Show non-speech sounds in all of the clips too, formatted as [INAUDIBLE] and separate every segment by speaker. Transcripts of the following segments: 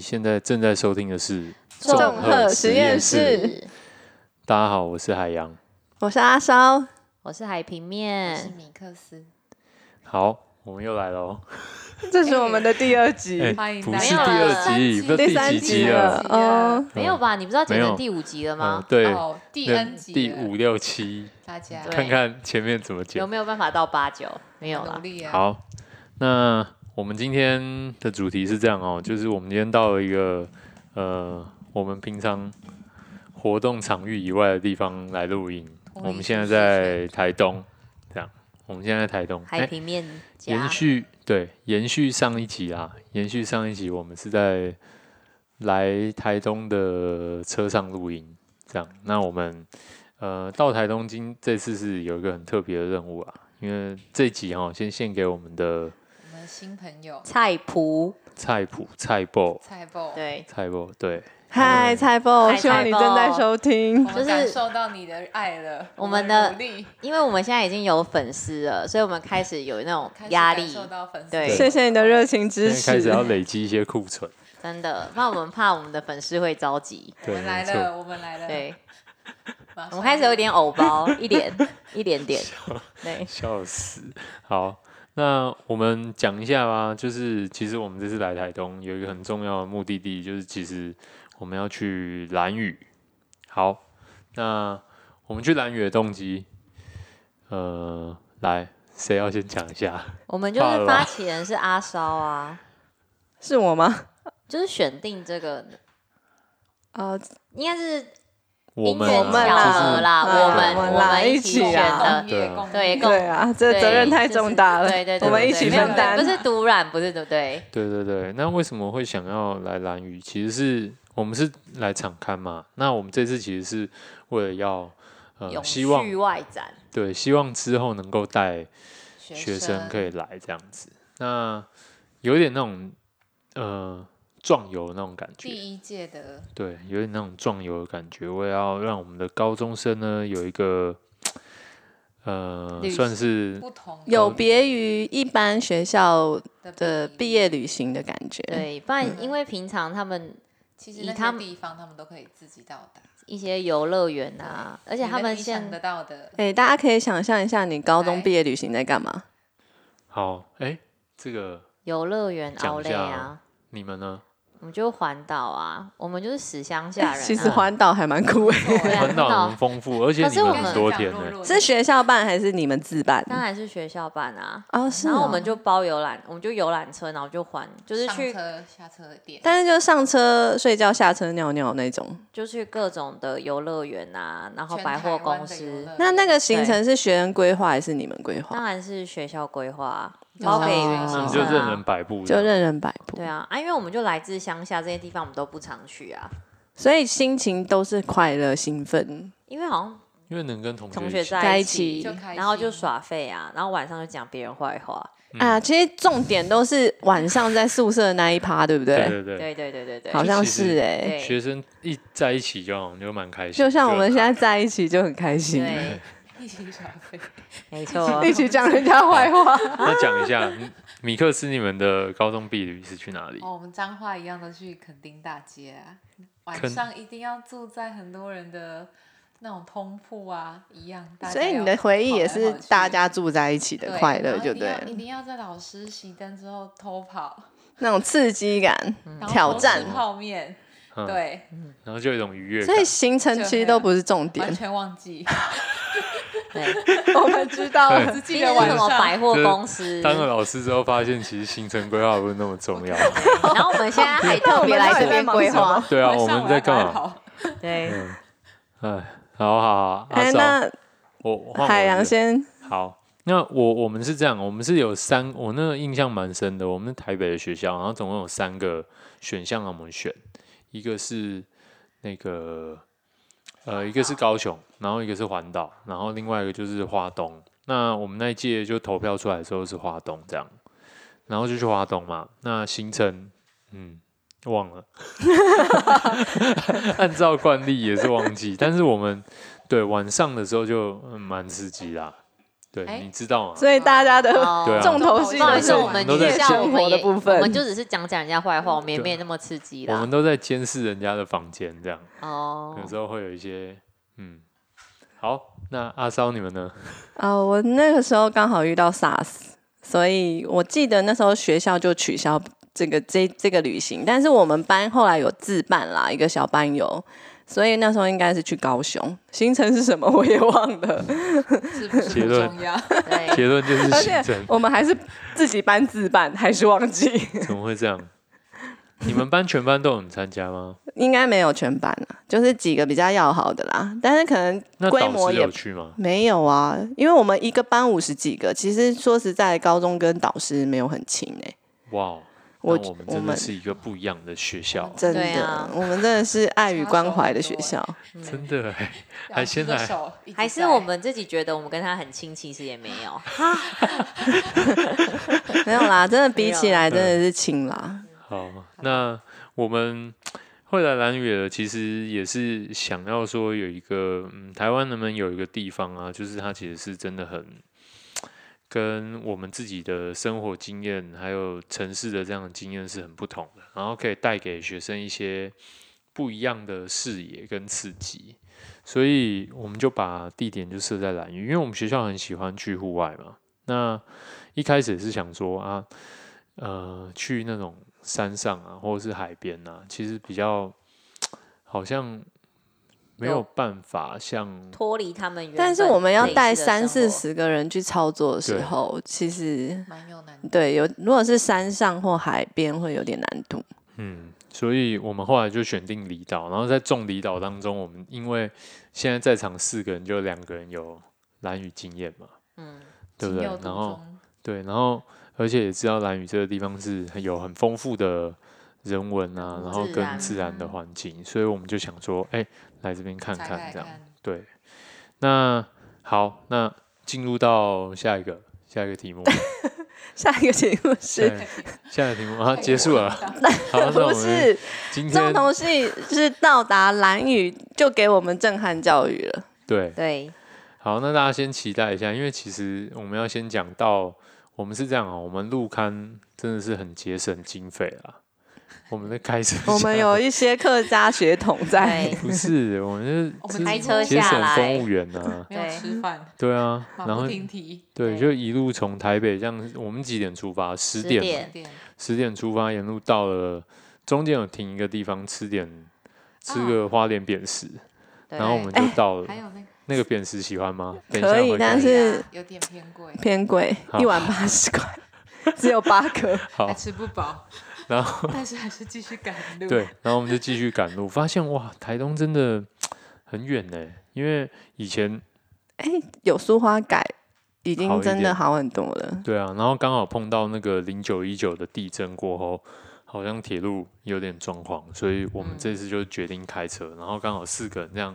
Speaker 1: 现在正在收听的是《
Speaker 2: 综
Speaker 1: 合
Speaker 2: 合实验室》。
Speaker 1: 大家好，我是海洋。
Speaker 2: 我是阿烧，
Speaker 3: 我是海平
Speaker 4: 是
Speaker 3: 面，
Speaker 4: 米克斯，
Speaker 1: 好，我们又来喽。
Speaker 2: [LAUGHS] 这是我们的第二集，
Speaker 1: 哎
Speaker 4: 欢迎
Speaker 1: 不
Speaker 4: 大
Speaker 1: 是第
Speaker 3: 家
Speaker 1: 二集，不是
Speaker 4: 没有了
Speaker 2: 第
Speaker 1: 第
Speaker 2: 三
Speaker 1: 几
Speaker 2: 集
Speaker 1: 集
Speaker 2: 了
Speaker 1: 了？
Speaker 2: 哦。
Speaker 3: 没有吧？你不知道
Speaker 1: 嗯
Speaker 3: 剪
Speaker 1: 没有
Speaker 3: 成第五集了
Speaker 1: 嗯
Speaker 3: 吗，？
Speaker 1: 对，
Speaker 4: 哦，第
Speaker 1: 那
Speaker 4: N 集
Speaker 1: 第
Speaker 4: 了
Speaker 1: 五六七，
Speaker 4: 大家
Speaker 3: 对
Speaker 1: 看看前面怎么
Speaker 3: 有
Speaker 1: 剪。
Speaker 3: 没有办法到八九？没有
Speaker 4: 努
Speaker 3: 啦。
Speaker 4: 力啊！
Speaker 1: 好，那我们今天的主题是这样哦，就是我们今天到了一个呃，我们平常活动场域以外的地方来录音。
Speaker 4: 同理
Speaker 1: 我们现在
Speaker 4: 心是
Speaker 1: 在台东，这样，我们现在在台东。哎
Speaker 3: 海平面家
Speaker 1: 延续对延续上一集啊，延续上一集，我们是在来台东的车上录音，这样。那我们呃到台东今这次是有一个很特别的任务啊，因为这集哈、先献给我们的
Speaker 4: 我们新朋友
Speaker 3: 菜谱，
Speaker 1: 菜谱菜报
Speaker 4: 菜爆，
Speaker 3: 对，
Speaker 1: 菜报对
Speaker 2: [LAUGHS] 嗨，菜报，
Speaker 3: 嗨
Speaker 2: 希望你正在收
Speaker 4: 我
Speaker 2: 听。
Speaker 4: 们
Speaker 3: 就是
Speaker 4: 感受到你的爱了，
Speaker 3: 我
Speaker 4: 们
Speaker 3: 们的
Speaker 4: 努力，
Speaker 3: 因为我们现在已经有粉丝了，所以我们开始有那种
Speaker 4: 开始
Speaker 3: 压
Speaker 4: 感
Speaker 3: 力，
Speaker 4: 受到粉丝，
Speaker 3: 对
Speaker 2: [LAUGHS] 谢谢你的热情
Speaker 1: 现
Speaker 2: 支
Speaker 1: 在开始
Speaker 2: 持
Speaker 1: 要。累积一些库存，
Speaker 3: 真的，不然我们怕我们的粉丝会着急。
Speaker 4: 我
Speaker 1: 对，
Speaker 4: 们来
Speaker 1: 没错，
Speaker 4: 了，我们来了，
Speaker 3: 对，
Speaker 4: 马上，
Speaker 3: 我们开始有点偶包，一点一点点，
Speaker 1: [LAUGHS]
Speaker 3: 对，
Speaker 1: 笑死。好，那我们讲一下吧，就是其实我们这次来台东有一个很重要的目的地，就是其实我们要去蓝屿。好，那我们去蓝屿的动机，呃，来，谁要先讲一下？
Speaker 3: 我们就是发起人是阿烧啊，
Speaker 2: 是我吗？
Speaker 3: 就是选定这个，
Speaker 2: 哦，
Speaker 3: 应该是
Speaker 1: 我们、
Speaker 3: 因
Speaker 2: 我
Speaker 3: 缘
Speaker 2: 们
Speaker 3: 巧
Speaker 2: 啦
Speaker 3: 合
Speaker 1: 啊，
Speaker 3: 啦，
Speaker 2: 嗯
Speaker 3: 我们
Speaker 2: 我们
Speaker 3: 我
Speaker 2: 啦
Speaker 3: 们
Speaker 2: 一
Speaker 3: 起
Speaker 2: 起
Speaker 3: 选
Speaker 2: 啊
Speaker 3: 的
Speaker 4: 工，
Speaker 1: 对
Speaker 4: 业
Speaker 1: 啊
Speaker 4: 工业
Speaker 3: 对
Speaker 2: [LAUGHS] 对啊，这
Speaker 3: 对
Speaker 2: 责任太重大了，
Speaker 3: 对对对，
Speaker 2: 我们一起
Speaker 3: 对对
Speaker 2: 分担
Speaker 3: 没有。不是独揽，不是对不对？
Speaker 1: 就是对对对。那为什么会想要来蓝屿？其实是我们是来场刊嘛，那我们这次其实是为了要。呃，
Speaker 3: 永
Speaker 1: 希望
Speaker 3: 续外展，
Speaker 1: 对，希望之后能够带
Speaker 4: 工业
Speaker 1: 学生可
Speaker 4: 以
Speaker 1: 以来这样子。那有点那种呃壮游那种感觉，
Speaker 4: 第一届的
Speaker 1: 对，有点那种壮游的感觉。我也要让我们的高中生呢有一个呃
Speaker 3: 旅
Speaker 1: 算是
Speaker 4: 不同
Speaker 2: 有别于一般学校的
Speaker 4: 的
Speaker 2: 毕业，旅行的感觉。
Speaker 3: 对，不然因为平常他们
Speaker 4: 其实
Speaker 3: 以
Speaker 4: 那
Speaker 3: 他
Speaker 4: 些
Speaker 3: 们
Speaker 4: 地方他们都可以自己到达，
Speaker 3: 一些游乐园啊，而
Speaker 4: 而
Speaker 3: 且他们
Speaker 4: 想
Speaker 3: 现
Speaker 4: 得到的，
Speaker 2: 哎，大家可以想象一下，你高中
Speaker 4: 来
Speaker 2: 毕业旅行在干嘛？
Speaker 1: 好哎、这个
Speaker 3: 游乐园
Speaker 1: 讲
Speaker 3: 奥
Speaker 1: 一
Speaker 3: 类
Speaker 1: 下
Speaker 3: 啊，
Speaker 1: 你们呢？
Speaker 3: 我们就环岛啊，我们就是死乡下人、啊。啊
Speaker 2: 其实环岛还蛮酷诶。
Speaker 1: [LAUGHS]
Speaker 4: 对
Speaker 1: 环
Speaker 3: 真的
Speaker 1: 岛很丰富，而且
Speaker 3: 可
Speaker 1: 你
Speaker 3: 是我
Speaker 1: 们
Speaker 4: 应该
Speaker 1: 很
Speaker 4: 是
Speaker 1: 多
Speaker 4: 这样
Speaker 1: 天
Speaker 4: 弱
Speaker 1: 呢、
Speaker 4: 弱的
Speaker 2: [LAUGHS] 是学校办还是你们自办？
Speaker 3: 当然是学校办啊，
Speaker 2: 哦，是
Speaker 3: 然后我
Speaker 2: 哦
Speaker 3: 们就包游览，我们就游览车，然后就环，就是去
Speaker 4: 上车下车点，
Speaker 2: 但是就上车睡觉，下车尿尿那种。
Speaker 3: 就去各种的游乐园啊，然后
Speaker 4: 全
Speaker 3: 百
Speaker 4: 台
Speaker 3: 货
Speaker 4: 湾
Speaker 3: 公
Speaker 4: 的游
Speaker 3: 司，
Speaker 4: 乐
Speaker 2: 那
Speaker 4: [LAUGHS]
Speaker 2: 那个行
Speaker 3: 对
Speaker 2: 程是学生规划还是你们规划？
Speaker 3: 当然是学校规划啊，
Speaker 4: 有
Speaker 3: 包给
Speaker 4: 小
Speaker 3: 云
Speaker 4: 孩
Speaker 1: 那
Speaker 3: 行
Speaker 1: 你
Speaker 2: 哦
Speaker 1: 就任
Speaker 3: 社
Speaker 1: 人
Speaker 3: 啊。
Speaker 1: 摆布这
Speaker 2: 就
Speaker 1: 样，
Speaker 2: 任人摆布
Speaker 3: 对，啊，啊，因为我们就来自乡下这些地方，我们都不常去啊，
Speaker 2: 所以心情都是快乐、兴奋。
Speaker 3: 因为好像
Speaker 1: 因为能跟同
Speaker 3: 同
Speaker 1: 学一起
Speaker 3: 学在一
Speaker 2: 在一起
Speaker 3: 起
Speaker 4: 就开，心
Speaker 3: 然后就耍废啊，然后晚上就讲别人坏话，
Speaker 1: 嗯
Speaker 2: 啊，其实重点都是晚上在宿舍那一趴，对不对？
Speaker 1: 对对对，
Speaker 3: 对对对对对，
Speaker 2: 好像
Speaker 1: 其实
Speaker 2: 是哎、
Speaker 3: 对
Speaker 1: 学生一在一起就好像就蛮开心，
Speaker 2: 就像我
Speaker 1: 很
Speaker 2: 们现
Speaker 1: 嗨
Speaker 2: 在在一起就很开心，，
Speaker 3: 对，
Speaker 4: 一起耍飞，
Speaker 3: [LAUGHS] 没错
Speaker 2: [LAUGHS] 一起讲人家坏话。 [LAUGHS]
Speaker 1: 那讲一下，米克斯，你们的高中毕旅是去哪里？
Speaker 4: 哦，我们彰化一样都去垦丁大街啊，晚
Speaker 1: 垦
Speaker 4: 上一定要住在很多人的那种通铺啊，一样。大家
Speaker 2: 所以你
Speaker 4: 要
Speaker 2: 的回忆也
Speaker 4: 跑来
Speaker 2: 是
Speaker 4: 跑去
Speaker 2: 大家住在一起的快乐，
Speaker 4: 然后
Speaker 2: 就
Speaker 4: 一定
Speaker 2: 对
Speaker 4: 要
Speaker 2: 了
Speaker 4: 一定要在老师熄灯之后偷跑，
Speaker 2: 那种刺激感、
Speaker 4: 然后
Speaker 2: 嗯挑
Speaker 4: 偷吃
Speaker 2: 战。
Speaker 4: 泡面，
Speaker 1: 嗯，
Speaker 4: 对，
Speaker 1: 然后就有一种愉悦
Speaker 2: 所
Speaker 1: 感
Speaker 2: 以。行程其实都不是重
Speaker 4: 完
Speaker 2: 点，
Speaker 4: 全忘
Speaker 2: [LAUGHS]
Speaker 4: 记，
Speaker 3: 对，
Speaker 2: 我们知道 [LAUGHS] 了
Speaker 1: 对
Speaker 4: 只
Speaker 3: 其
Speaker 4: 记
Speaker 3: 实
Speaker 4: 得
Speaker 3: 是
Speaker 4: 晚
Speaker 3: 什么
Speaker 4: 上。
Speaker 3: 百货
Speaker 1: 就是
Speaker 3: 公司，
Speaker 1: 当了老师之后，发现其实行程规划不是那么重
Speaker 2: [LAUGHS]
Speaker 1: 要。
Speaker 3: 然后我们现在还特别来这边规划，
Speaker 1: [LAUGHS] 对啊，
Speaker 4: 晚
Speaker 1: 我
Speaker 4: 上
Speaker 1: 们在
Speaker 4: 要
Speaker 1: 干
Speaker 4: 赶快
Speaker 1: 嘛？ [LAUGHS]
Speaker 4: 跑？
Speaker 3: 对，
Speaker 1: 哎，好好好，阿
Speaker 2: 哎，
Speaker 1: 少，
Speaker 2: 那
Speaker 1: 我我换我
Speaker 2: 海
Speaker 1: 是
Speaker 2: 洋先，
Speaker 1: 好。那我我们是这样，我们是有三，我那个印象蛮深的。我们是台北的学校，然后总共有三个选项让我们选，一个是那个呃，一个是高雄，然后一个是环岛，然后另外一个就是花东。那我们那一届就投票出来的时候是花东这样，然后就去花东嘛。那行程，嗯，忘了， [LAUGHS] 按照惯例也是忘记。但是我们对晚上的时候就嗯蛮、刺激啦，对，
Speaker 4: 哎
Speaker 1: 你知道吗？
Speaker 2: 所以大家的
Speaker 3: 哦对啊
Speaker 2: 重头戏
Speaker 3: 不好意思，
Speaker 1: 对
Speaker 3: 我们
Speaker 1: 都
Speaker 3: 一
Speaker 1: 在
Speaker 3: 下
Speaker 1: 讲
Speaker 3: 我们
Speaker 2: 活的
Speaker 3: 也
Speaker 2: 部分啊
Speaker 3: 我们就只是讲讲人家坏话，我们也没有那么刺激
Speaker 1: 我
Speaker 3: 啦
Speaker 1: 们。都在监视人家的房间，这样
Speaker 3: 哦，
Speaker 1: 有时候会有一些嗯。好，那阿骚你们
Speaker 2: [LAUGHS]
Speaker 1: 呢？
Speaker 2: 啊、我那个时候刚好遇到 SARS，所以我记得那时候学校就取消这个这这个旅行，但是我们班后来有自办啦，一个小班游，所以那时候应该是去高雄，行程是什么我也忘
Speaker 1: [LAUGHS]
Speaker 2: 了，
Speaker 4: 是不是
Speaker 1: 结
Speaker 4: 很
Speaker 1: 论
Speaker 4: 重要？
Speaker 1: 结
Speaker 3: 对，
Speaker 1: 论就是行
Speaker 2: 而且
Speaker 1: 政，
Speaker 2: 我们还是自己班自办，还是忘记，
Speaker 1: 怎么会这样？你们班全班都有人参加吗？
Speaker 2: 应该没有全班啊，就是几个比较要好的啦，但是可能
Speaker 1: 那
Speaker 2: 规
Speaker 1: 导
Speaker 2: 模
Speaker 1: 师
Speaker 2: 也
Speaker 1: 有去吗？
Speaker 2: 没有啊，因为我们一个班五十几个，其实说实在，高中跟导师没有很亲哎、
Speaker 1: 哇哦，
Speaker 2: 我
Speaker 1: 那我们
Speaker 2: 我
Speaker 1: 真的
Speaker 2: 们
Speaker 1: 是一个不一样的学校，
Speaker 2: [LAUGHS] 真
Speaker 3: 对
Speaker 2: 的，
Speaker 3: 啊
Speaker 2: 我们真的是爱与关怀的学校。
Speaker 1: 真的哎、 [LAUGHS] 还
Speaker 4: 老
Speaker 1: 先
Speaker 4: 师的
Speaker 1: 来
Speaker 4: 手一直
Speaker 3: 还是
Speaker 4: 在
Speaker 3: 我们自己觉得我们跟他很亲，其实也没有。欸
Speaker 2: 没有啦，真的比起来
Speaker 1: 啊
Speaker 2: 真的是亲啦。
Speaker 1: 好，那我们会来蓝屿了，其实也是想要说有一个，嗯，台湾能不能有一个地方啊，就是它其实是真的很跟我们自己的生活经验，还有城市的这样的经验是很不同的，然后可以带给学生一些不一样的视野跟刺激。所以我们就把地点就设在兰屿，因为我们学校很喜欢去户外嘛。那一开始也是想说啊，呃，去那种山上啊，或者是海边啊，其实比较好像没有
Speaker 3: 有
Speaker 1: 办法像
Speaker 3: 脱离他们原本
Speaker 2: 但是我们要带
Speaker 3: 类似的
Speaker 2: 三
Speaker 3: 生活
Speaker 2: 四，十个人去操作的时候，其实
Speaker 4: 蛮有难度。
Speaker 2: 对有，如果是山上或海边会有点难度。
Speaker 1: 嗯，所以我们后来就选定离岛，然后在众离岛当中，我们因为现在在场四个人，就有两个人有蓝屿经验嘛，
Speaker 3: 嗯，
Speaker 1: 对不对
Speaker 4: 情有？独
Speaker 1: 然后
Speaker 4: 钟
Speaker 1: 对，然后而且也知道蓝屿这个地方是很有很丰富的人文啊，然后
Speaker 3: 自
Speaker 1: 跟
Speaker 3: 然
Speaker 1: 自然的
Speaker 4: 嗯
Speaker 1: 环境，所以我们就想说，哎、来这边看
Speaker 4: 才
Speaker 1: 看
Speaker 4: 来
Speaker 1: 这样。
Speaker 4: 看
Speaker 1: 对，那好，那进入到下一个下一个题目，
Speaker 2: 下一个题目
Speaker 1: 下一
Speaker 2: 是
Speaker 1: 个下一个题目啊，结束了。好，那我
Speaker 2: 不
Speaker 1: 们
Speaker 2: 是
Speaker 1: 今
Speaker 2: 重
Speaker 1: 天
Speaker 2: 头戏是到达蓝屿就给我们震撼教育
Speaker 1: [LAUGHS]
Speaker 2: 了？
Speaker 1: 对
Speaker 3: 对，
Speaker 1: 好，那大家先期待一下，因为其实我们要先讲到，我们是这样哦、我们录刊真的是很节省经费啦。我们的开车
Speaker 2: [LAUGHS] 我
Speaker 1: 下
Speaker 2: 们有一些客家血统在
Speaker 3: 对，
Speaker 1: 不是，我们
Speaker 4: 我
Speaker 1: 是就是
Speaker 4: 们开
Speaker 3: 车
Speaker 1: 节
Speaker 3: 下
Speaker 1: 省
Speaker 3: 来
Speaker 1: 公务员
Speaker 4: [LAUGHS]
Speaker 1: 呐、
Speaker 4: 没有吃饭，
Speaker 1: 对啊，然
Speaker 4: 马
Speaker 1: 后
Speaker 4: 不停蹄，
Speaker 1: 对，
Speaker 3: 对
Speaker 1: 就一路从台北这样，我们几点出发？十
Speaker 3: 10
Speaker 1: 点
Speaker 3: 点
Speaker 1: 嘛，
Speaker 4: 有点
Speaker 1: 十点出发，沿路到了，中间有停一个地方吃点吃
Speaker 3: 哦
Speaker 1: 个花莲扁食，
Speaker 3: 对
Speaker 1: 然后我们就到了。
Speaker 4: 还有那个
Speaker 1: 那个扁食喜欢吗？等一
Speaker 2: 可
Speaker 1: 下
Speaker 2: 以
Speaker 1: 回
Speaker 2: 但
Speaker 1: 答
Speaker 2: 是
Speaker 4: 啊有点偏贵，
Speaker 2: 偏贵，
Speaker 1: 好
Speaker 2: 一碗八十块，只有八颗。
Speaker 1: 好
Speaker 4: 还，吃不饱，
Speaker 1: [LAUGHS] 然后
Speaker 4: [LAUGHS] 但是还是继续赶路。
Speaker 1: 对，然后我们就继续赶路，发现哇，台东真的很远呢，因为以前
Speaker 2: 哎有苏花改，已
Speaker 1: 好
Speaker 2: 经
Speaker 1: 一
Speaker 2: 真
Speaker 1: 点
Speaker 2: 的好很多了。
Speaker 1: 对啊，然后刚好碰到那个零九一九的地震过后，好像铁路有点状况，所以我
Speaker 4: 嗯
Speaker 1: 们这次就决定开车，然后刚好四个人这样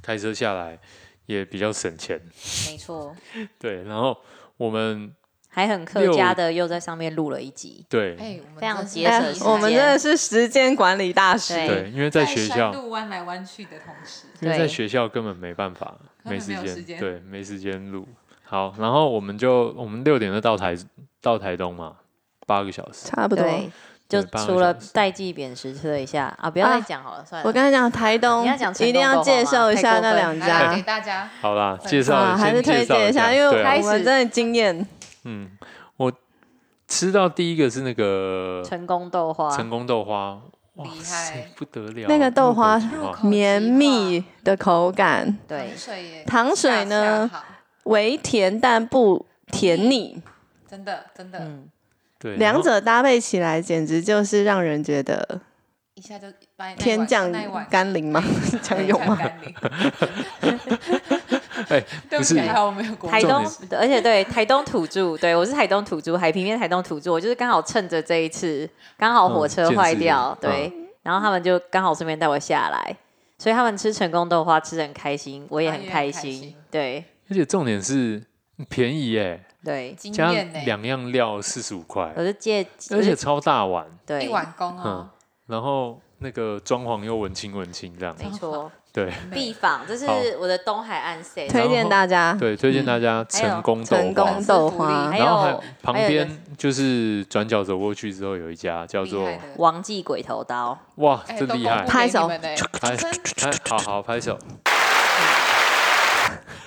Speaker 1: 开车下来也比较省钱，
Speaker 3: 没错，
Speaker 1: 对，然后我们
Speaker 3: 还很客家的又在上面录了一集，
Speaker 1: 对、
Speaker 4: 哎，我们
Speaker 3: 非常
Speaker 4: 真是
Speaker 3: 节省
Speaker 4: 在
Speaker 3: 时间
Speaker 2: 我们真的是时间管理大师。
Speaker 3: 对
Speaker 1: 对，因为在学校
Speaker 4: 山。路弯来弯去的同时，
Speaker 1: 因为在
Speaker 3: 对
Speaker 1: 学校根本没办法，
Speaker 4: 根本
Speaker 1: 时
Speaker 4: 没有时
Speaker 1: 间，
Speaker 4: 间
Speaker 1: 对，没时间录。好，然后我们就我们六点就到台到台东嘛，八个小时。
Speaker 2: 差不多。
Speaker 3: 对，就
Speaker 1: 对八个
Speaker 3: 除了
Speaker 1: 小时
Speaker 3: 代记扁食吃了一下啊，不要
Speaker 2: 啊
Speaker 3: 再讲好了，算了。
Speaker 2: 我刚才讲台东，
Speaker 3: 你要讲成功
Speaker 2: 一定要介绍一下那两
Speaker 4: 来来
Speaker 2: 家
Speaker 4: 给。大家
Speaker 1: 好啦，哎介绍、
Speaker 2: 啊，还
Speaker 1: 先
Speaker 2: 是推
Speaker 1: 介绍
Speaker 2: 荐
Speaker 1: 一
Speaker 2: 下，
Speaker 1: 下，
Speaker 2: 因为
Speaker 1: 对啊
Speaker 2: 我
Speaker 3: 开
Speaker 2: 们
Speaker 3: 始
Speaker 2: 真的经验
Speaker 1: 嗯，我吃到第一个是那个
Speaker 3: 成功豆花，
Speaker 1: 成功豆花，哇
Speaker 4: 厉
Speaker 1: 塞
Speaker 4: 害，
Speaker 1: 不得了！
Speaker 2: 那个豆花
Speaker 1: 入口即化
Speaker 4: 口即化
Speaker 2: 绵密的口感，
Speaker 3: 对
Speaker 4: 糖，水也
Speaker 2: 糖水呢
Speaker 4: 恰恰好
Speaker 2: 微甜但不甜腻，
Speaker 4: 真的真的，
Speaker 3: 嗯，
Speaker 1: 对，然
Speaker 2: 两
Speaker 1: 后
Speaker 2: 者搭配起来简直就是让人觉得
Speaker 4: 一下就把你那一
Speaker 2: 天
Speaker 4: 碗
Speaker 2: 降
Speaker 4: 那一碗
Speaker 2: 甘霖吗？ [LAUGHS] 是这样用
Speaker 4: [LAUGHS]
Speaker 2: 吗？
Speaker 4: 甘霖？
Speaker 1: 哎、不
Speaker 4: 对不
Speaker 1: 是
Speaker 4: 起，还好我没有国
Speaker 3: 台
Speaker 1: 重
Speaker 3: 东
Speaker 1: 点是，
Speaker 3: 对而且对台东土著，对我是台东土著，海平面台东土著，我就是刚好趁着这一次，刚好火
Speaker 1: 嗯
Speaker 3: 车
Speaker 1: 见识嗯
Speaker 3: 坏
Speaker 1: 一
Speaker 3: 掉，
Speaker 1: 下
Speaker 3: 对，然后他们就刚好顺便带我下来，所以他们吃成功豆花吃的很开心，我也
Speaker 4: 啊
Speaker 3: 很
Speaker 4: 也很
Speaker 3: 开
Speaker 4: 开
Speaker 3: 心
Speaker 4: 心，
Speaker 3: 对
Speaker 1: 而且重点是便宜耶、
Speaker 3: 对，
Speaker 4: 经
Speaker 1: 加
Speaker 4: 验呢，
Speaker 1: 两样料四十五块，
Speaker 3: 我就借，
Speaker 1: 而且超大碗，嗯
Speaker 3: 对
Speaker 4: 一，碗公哦，
Speaker 1: 然后那个装潢又文青文青这样，
Speaker 3: 哎没错，
Speaker 1: 对
Speaker 3: 必访，这是
Speaker 1: 好
Speaker 3: 我的东海岸 set，
Speaker 2: 推荐大家。
Speaker 1: 对，推荐大家
Speaker 3: 还有
Speaker 1: 成功豆
Speaker 2: 成
Speaker 1: 花
Speaker 2: 功豆花
Speaker 3: 还
Speaker 1: 然后
Speaker 3: 有
Speaker 1: 还旁
Speaker 3: 还有一个
Speaker 1: 边就是转角走过去之后有一家叫做
Speaker 4: 厉害的
Speaker 3: 王记鬼头刀，
Speaker 1: 哇，
Speaker 4: 哎
Speaker 1: 这
Speaker 4: 都
Speaker 1: 厉
Speaker 4: 公
Speaker 1: 害
Speaker 4: 布！
Speaker 2: 拍
Speaker 4: 给
Speaker 2: 手
Speaker 4: 你们嘞 [LAUGHS]
Speaker 1: 拍
Speaker 4: 真
Speaker 1: 拍，好好拍手。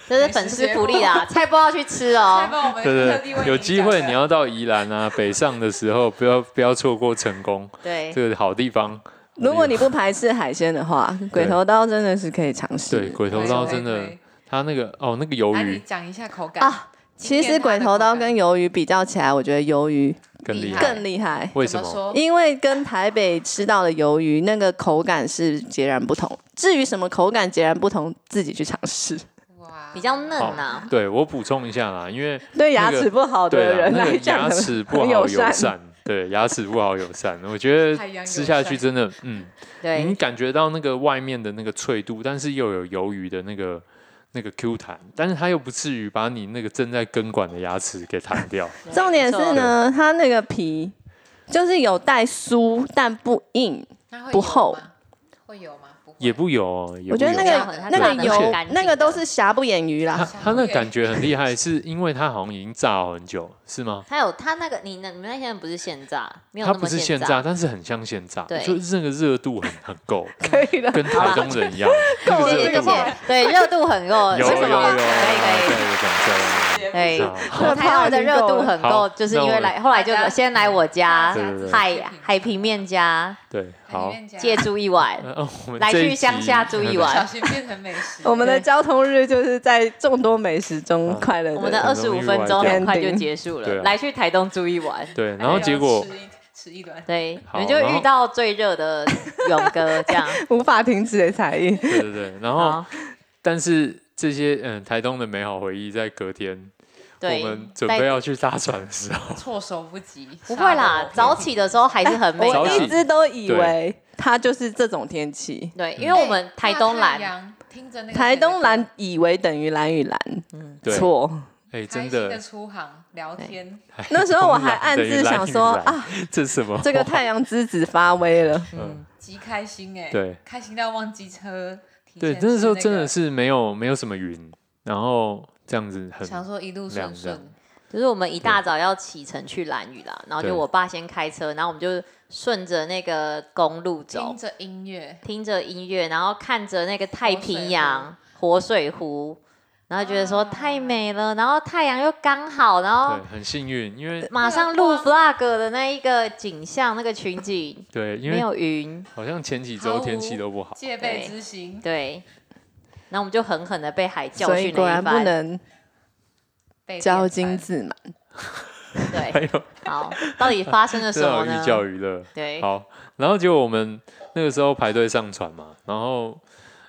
Speaker 3: 这是粉丝福利啦，菜包要去吃
Speaker 4: 太
Speaker 3: 哦。
Speaker 4: 棒我们
Speaker 1: 对
Speaker 4: 特哎
Speaker 1: 对
Speaker 4: 地为
Speaker 1: 对，
Speaker 4: 你
Speaker 1: 有机会
Speaker 4: 讲
Speaker 1: 你
Speaker 4: 的
Speaker 1: 要到宜兰啊北上的时候，不要不要错过成功
Speaker 3: 对，
Speaker 1: 这个好地方。
Speaker 2: 如果你不排斥海鲜的话，鬼头刀真的是可以尝
Speaker 1: 对
Speaker 2: 试。
Speaker 1: 鬼头刀真
Speaker 4: 可以可
Speaker 1: 的
Speaker 4: 以，
Speaker 1: 它那个哦那个鱿
Speaker 4: 哎你
Speaker 1: 鱼
Speaker 4: 讲一下口感
Speaker 2: 啊，其实鬼头刀跟鱿鱼比较起来，我觉得鱿鱼
Speaker 1: 更厉害，
Speaker 2: 更厉害，
Speaker 1: 为
Speaker 4: 怎
Speaker 1: 什
Speaker 4: 么
Speaker 1: 么？
Speaker 4: 说？
Speaker 2: 因为跟台北吃到的鱿鱼那个口感是截然不同。至于什么口感截然不同，自己去尝
Speaker 1: [LAUGHS]
Speaker 2: 试。
Speaker 4: 哇，
Speaker 3: 比较嫩啊
Speaker 1: 好
Speaker 3: 呐，
Speaker 1: 对我补充一下啦，因为
Speaker 2: 对牙
Speaker 1: 那个
Speaker 2: 齿不好
Speaker 1: 对
Speaker 2: 的
Speaker 1: 啦
Speaker 2: 人
Speaker 1: 那个
Speaker 2: 来
Speaker 1: 牙
Speaker 2: 讲，
Speaker 1: 齿不好
Speaker 2: 很
Speaker 1: 友
Speaker 2: 友
Speaker 1: 善，对牙齿不好友善，我觉
Speaker 4: 海洋
Speaker 1: 得
Speaker 4: 友
Speaker 1: 吃下去
Speaker 4: 善
Speaker 1: 真的嗯。你
Speaker 3: 对，
Speaker 1: 感觉到那个外面的那个脆度，但是又有鱿鱼的那个那个 Q 弹，但是它又不至于把你那个正在根管的牙齿给弹
Speaker 2: [LAUGHS]
Speaker 1: 掉。
Speaker 3: 对
Speaker 2: 重点
Speaker 3: 没
Speaker 2: 是
Speaker 3: 错
Speaker 2: 呢，它那个皮就是有带酥，但不硬。
Speaker 4: 那会
Speaker 2: 不
Speaker 4: 有
Speaker 2: 厚
Speaker 4: 吗，会有吗？不会
Speaker 1: 也不油、哦，也
Speaker 2: 我觉得
Speaker 1: 不
Speaker 2: 那
Speaker 1: 油
Speaker 2: 个
Speaker 3: 很
Speaker 2: 那
Speaker 1: 辣
Speaker 2: 个
Speaker 1: 的很
Speaker 2: 油
Speaker 3: 干净
Speaker 2: 那个都
Speaker 3: 的
Speaker 2: 是瑕不掩瑜
Speaker 1: 它
Speaker 2: 啦。
Speaker 1: 它那个感觉很厉害，是因为它好像已经炸了很久，是吗？
Speaker 3: 它有它那个你那你们那天不是现炸，没有
Speaker 1: 它
Speaker 3: 那
Speaker 1: 不
Speaker 3: 么
Speaker 1: 是现炸，
Speaker 3: 炸，
Speaker 1: 但是很像现炸，
Speaker 3: 对
Speaker 1: 就是那个热度很很
Speaker 3: [LAUGHS]
Speaker 1: 够，
Speaker 2: 可以的，
Speaker 1: 跟台中人一样，那
Speaker 2: 够
Speaker 1: 个
Speaker 2: 了
Speaker 1: 热
Speaker 3: 谢
Speaker 2: 这
Speaker 1: 度
Speaker 2: 个
Speaker 3: 谢，对，热度很够，
Speaker 1: 有有有，
Speaker 3: 哦为什么可以
Speaker 1: 对
Speaker 3: 可以
Speaker 1: 对对，
Speaker 3: 对。
Speaker 1: 好
Speaker 3: 我台湾的热度很
Speaker 1: 好
Speaker 3: 够，就是因为来后来就
Speaker 4: 好的
Speaker 3: 先来我家
Speaker 1: 对对对
Speaker 3: 海海平面家
Speaker 1: 对
Speaker 3: [LAUGHS]
Speaker 4: 海里
Speaker 1: 好。
Speaker 4: 面夹
Speaker 3: 借住一晚，
Speaker 1: [LAUGHS] 呃我们
Speaker 3: 来
Speaker 1: 这一
Speaker 3: 去乡
Speaker 1: 集
Speaker 3: 下住一晚
Speaker 4: 小心变成美食。
Speaker 2: 我们的交通日就是在众多美食
Speaker 1: 啊
Speaker 2: 中快乐。
Speaker 3: 我们的二
Speaker 1: 很
Speaker 3: 十
Speaker 1: 容易
Speaker 3: 五分钟
Speaker 1: 歪掉
Speaker 3: 很快就结束
Speaker 1: 对
Speaker 3: 了
Speaker 1: 啊，
Speaker 3: 来去台东住一晚。
Speaker 1: [LAUGHS] 对，然后结果
Speaker 4: 还有吃一吃一段，
Speaker 3: 对，
Speaker 1: 好
Speaker 3: 你们就
Speaker 1: 然后
Speaker 3: 遇到最热的勇哥
Speaker 1: [LAUGHS]
Speaker 3: 这样。
Speaker 2: 无法停止的才艺。
Speaker 1: 对对对，然后
Speaker 3: 好，
Speaker 1: 但是这些嗯台东的美好回忆，在隔天我
Speaker 3: 对，
Speaker 1: 们准
Speaker 3: 在
Speaker 1: 备要去搭船的时
Speaker 4: [LAUGHS]
Speaker 1: 候，
Speaker 4: 措手不及。
Speaker 3: 不会啦，早起的时候还是很美
Speaker 1: 早
Speaker 2: 我
Speaker 1: 起
Speaker 3: 的。
Speaker 2: 一直都以为它就是这种天气。
Speaker 3: 对，
Speaker 1: 嗯
Speaker 3: 因为我们台东
Speaker 4: 蓝，
Speaker 3: 蓝，
Speaker 4: 听着那个
Speaker 2: 台东
Speaker 4: 整
Speaker 2: 蓝以为等于蓝与蓝，
Speaker 1: 对，
Speaker 2: 错。
Speaker 1: 哎，
Speaker 4: 个开
Speaker 1: 真
Speaker 4: 心的
Speaker 1: 的，
Speaker 4: 出航聊天，
Speaker 1: 哎
Speaker 2: 那时候我
Speaker 1: [LAUGHS]
Speaker 2: 还暗自想说
Speaker 1: 蓝与蓝
Speaker 2: 啊，
Speaker 1: [LAUGHS] 这是什么？
Speaker 2: 这个太阳之子发威了。
Speaker 1: 嗯，
Speaker 4: 极开心哎，
Speaker 1: 对，
Speaker 4: 开心到忘记车。提
Speaker 1: 对，
Speaker 4: 前吃
Speaker 1: 那时候真
Speaker 4: 个
Speaker 1: 的是没有没有什么云，然后这样子很
Speaker 4: 想说一路顺
Speaker 1: 凉
Speaker 4: 顺
Speaker 1: 凉，
Speaker 3: 就是我们一大早要启程去兰屿啦，然后
Speaker 1: 对
Speaker 3: 就我爸先开车，然后我们就顺着那个公路走
Speaker 4: 听，着音乐，
Speaker 3: 听着音乐，然后看着那个太平洋活水湖，然后觉得说
Speaker 4: 啊
Speaker 3: 太美了，然后太阳又刚好，然后
Speaker 1: 对，很幸运，因为
Speaker 3: 马上录 vlog 的那一个景象，那个群景
Speaker 1: 对，因
Speaker 3: 没
Speaker 1: 为
Speaker 3: 有云，
Speaker 1: 好像前几周天气都不好，
Speaker 4: 戒备之心
Speaker 3: 对，那我们就狠狠的被海 [LAUGHS] 教
Speaker 2: 所以
Speaker 3: 训
Speaker 2: 果
Speaker 3: 了
Speaker 2: 然
Speaker 3: 一
Speaker 2: 不
Speaker 3: 番，
Speaker 2: 能
Speaker 4: 被
Speaker 2: 骄
Speaker 4: 电
Speaker 2: 精
Speaker 4: 翻
Speaker 2: 自满。
Speaker 1: 还
Speaker 3: 对，
Speaker 1: 有
Speaker 3: 好，到底发生了什
Speaker 1: [LAUGHS] 这好
Speaker 3: 么
Speaker 1: 寓教
Speaker 3: 呢？
Speaker 1: 于乐，
Speaker 3: 对，
Speaker 1: 好，然后结果我们那个时候排队上船嘛，然后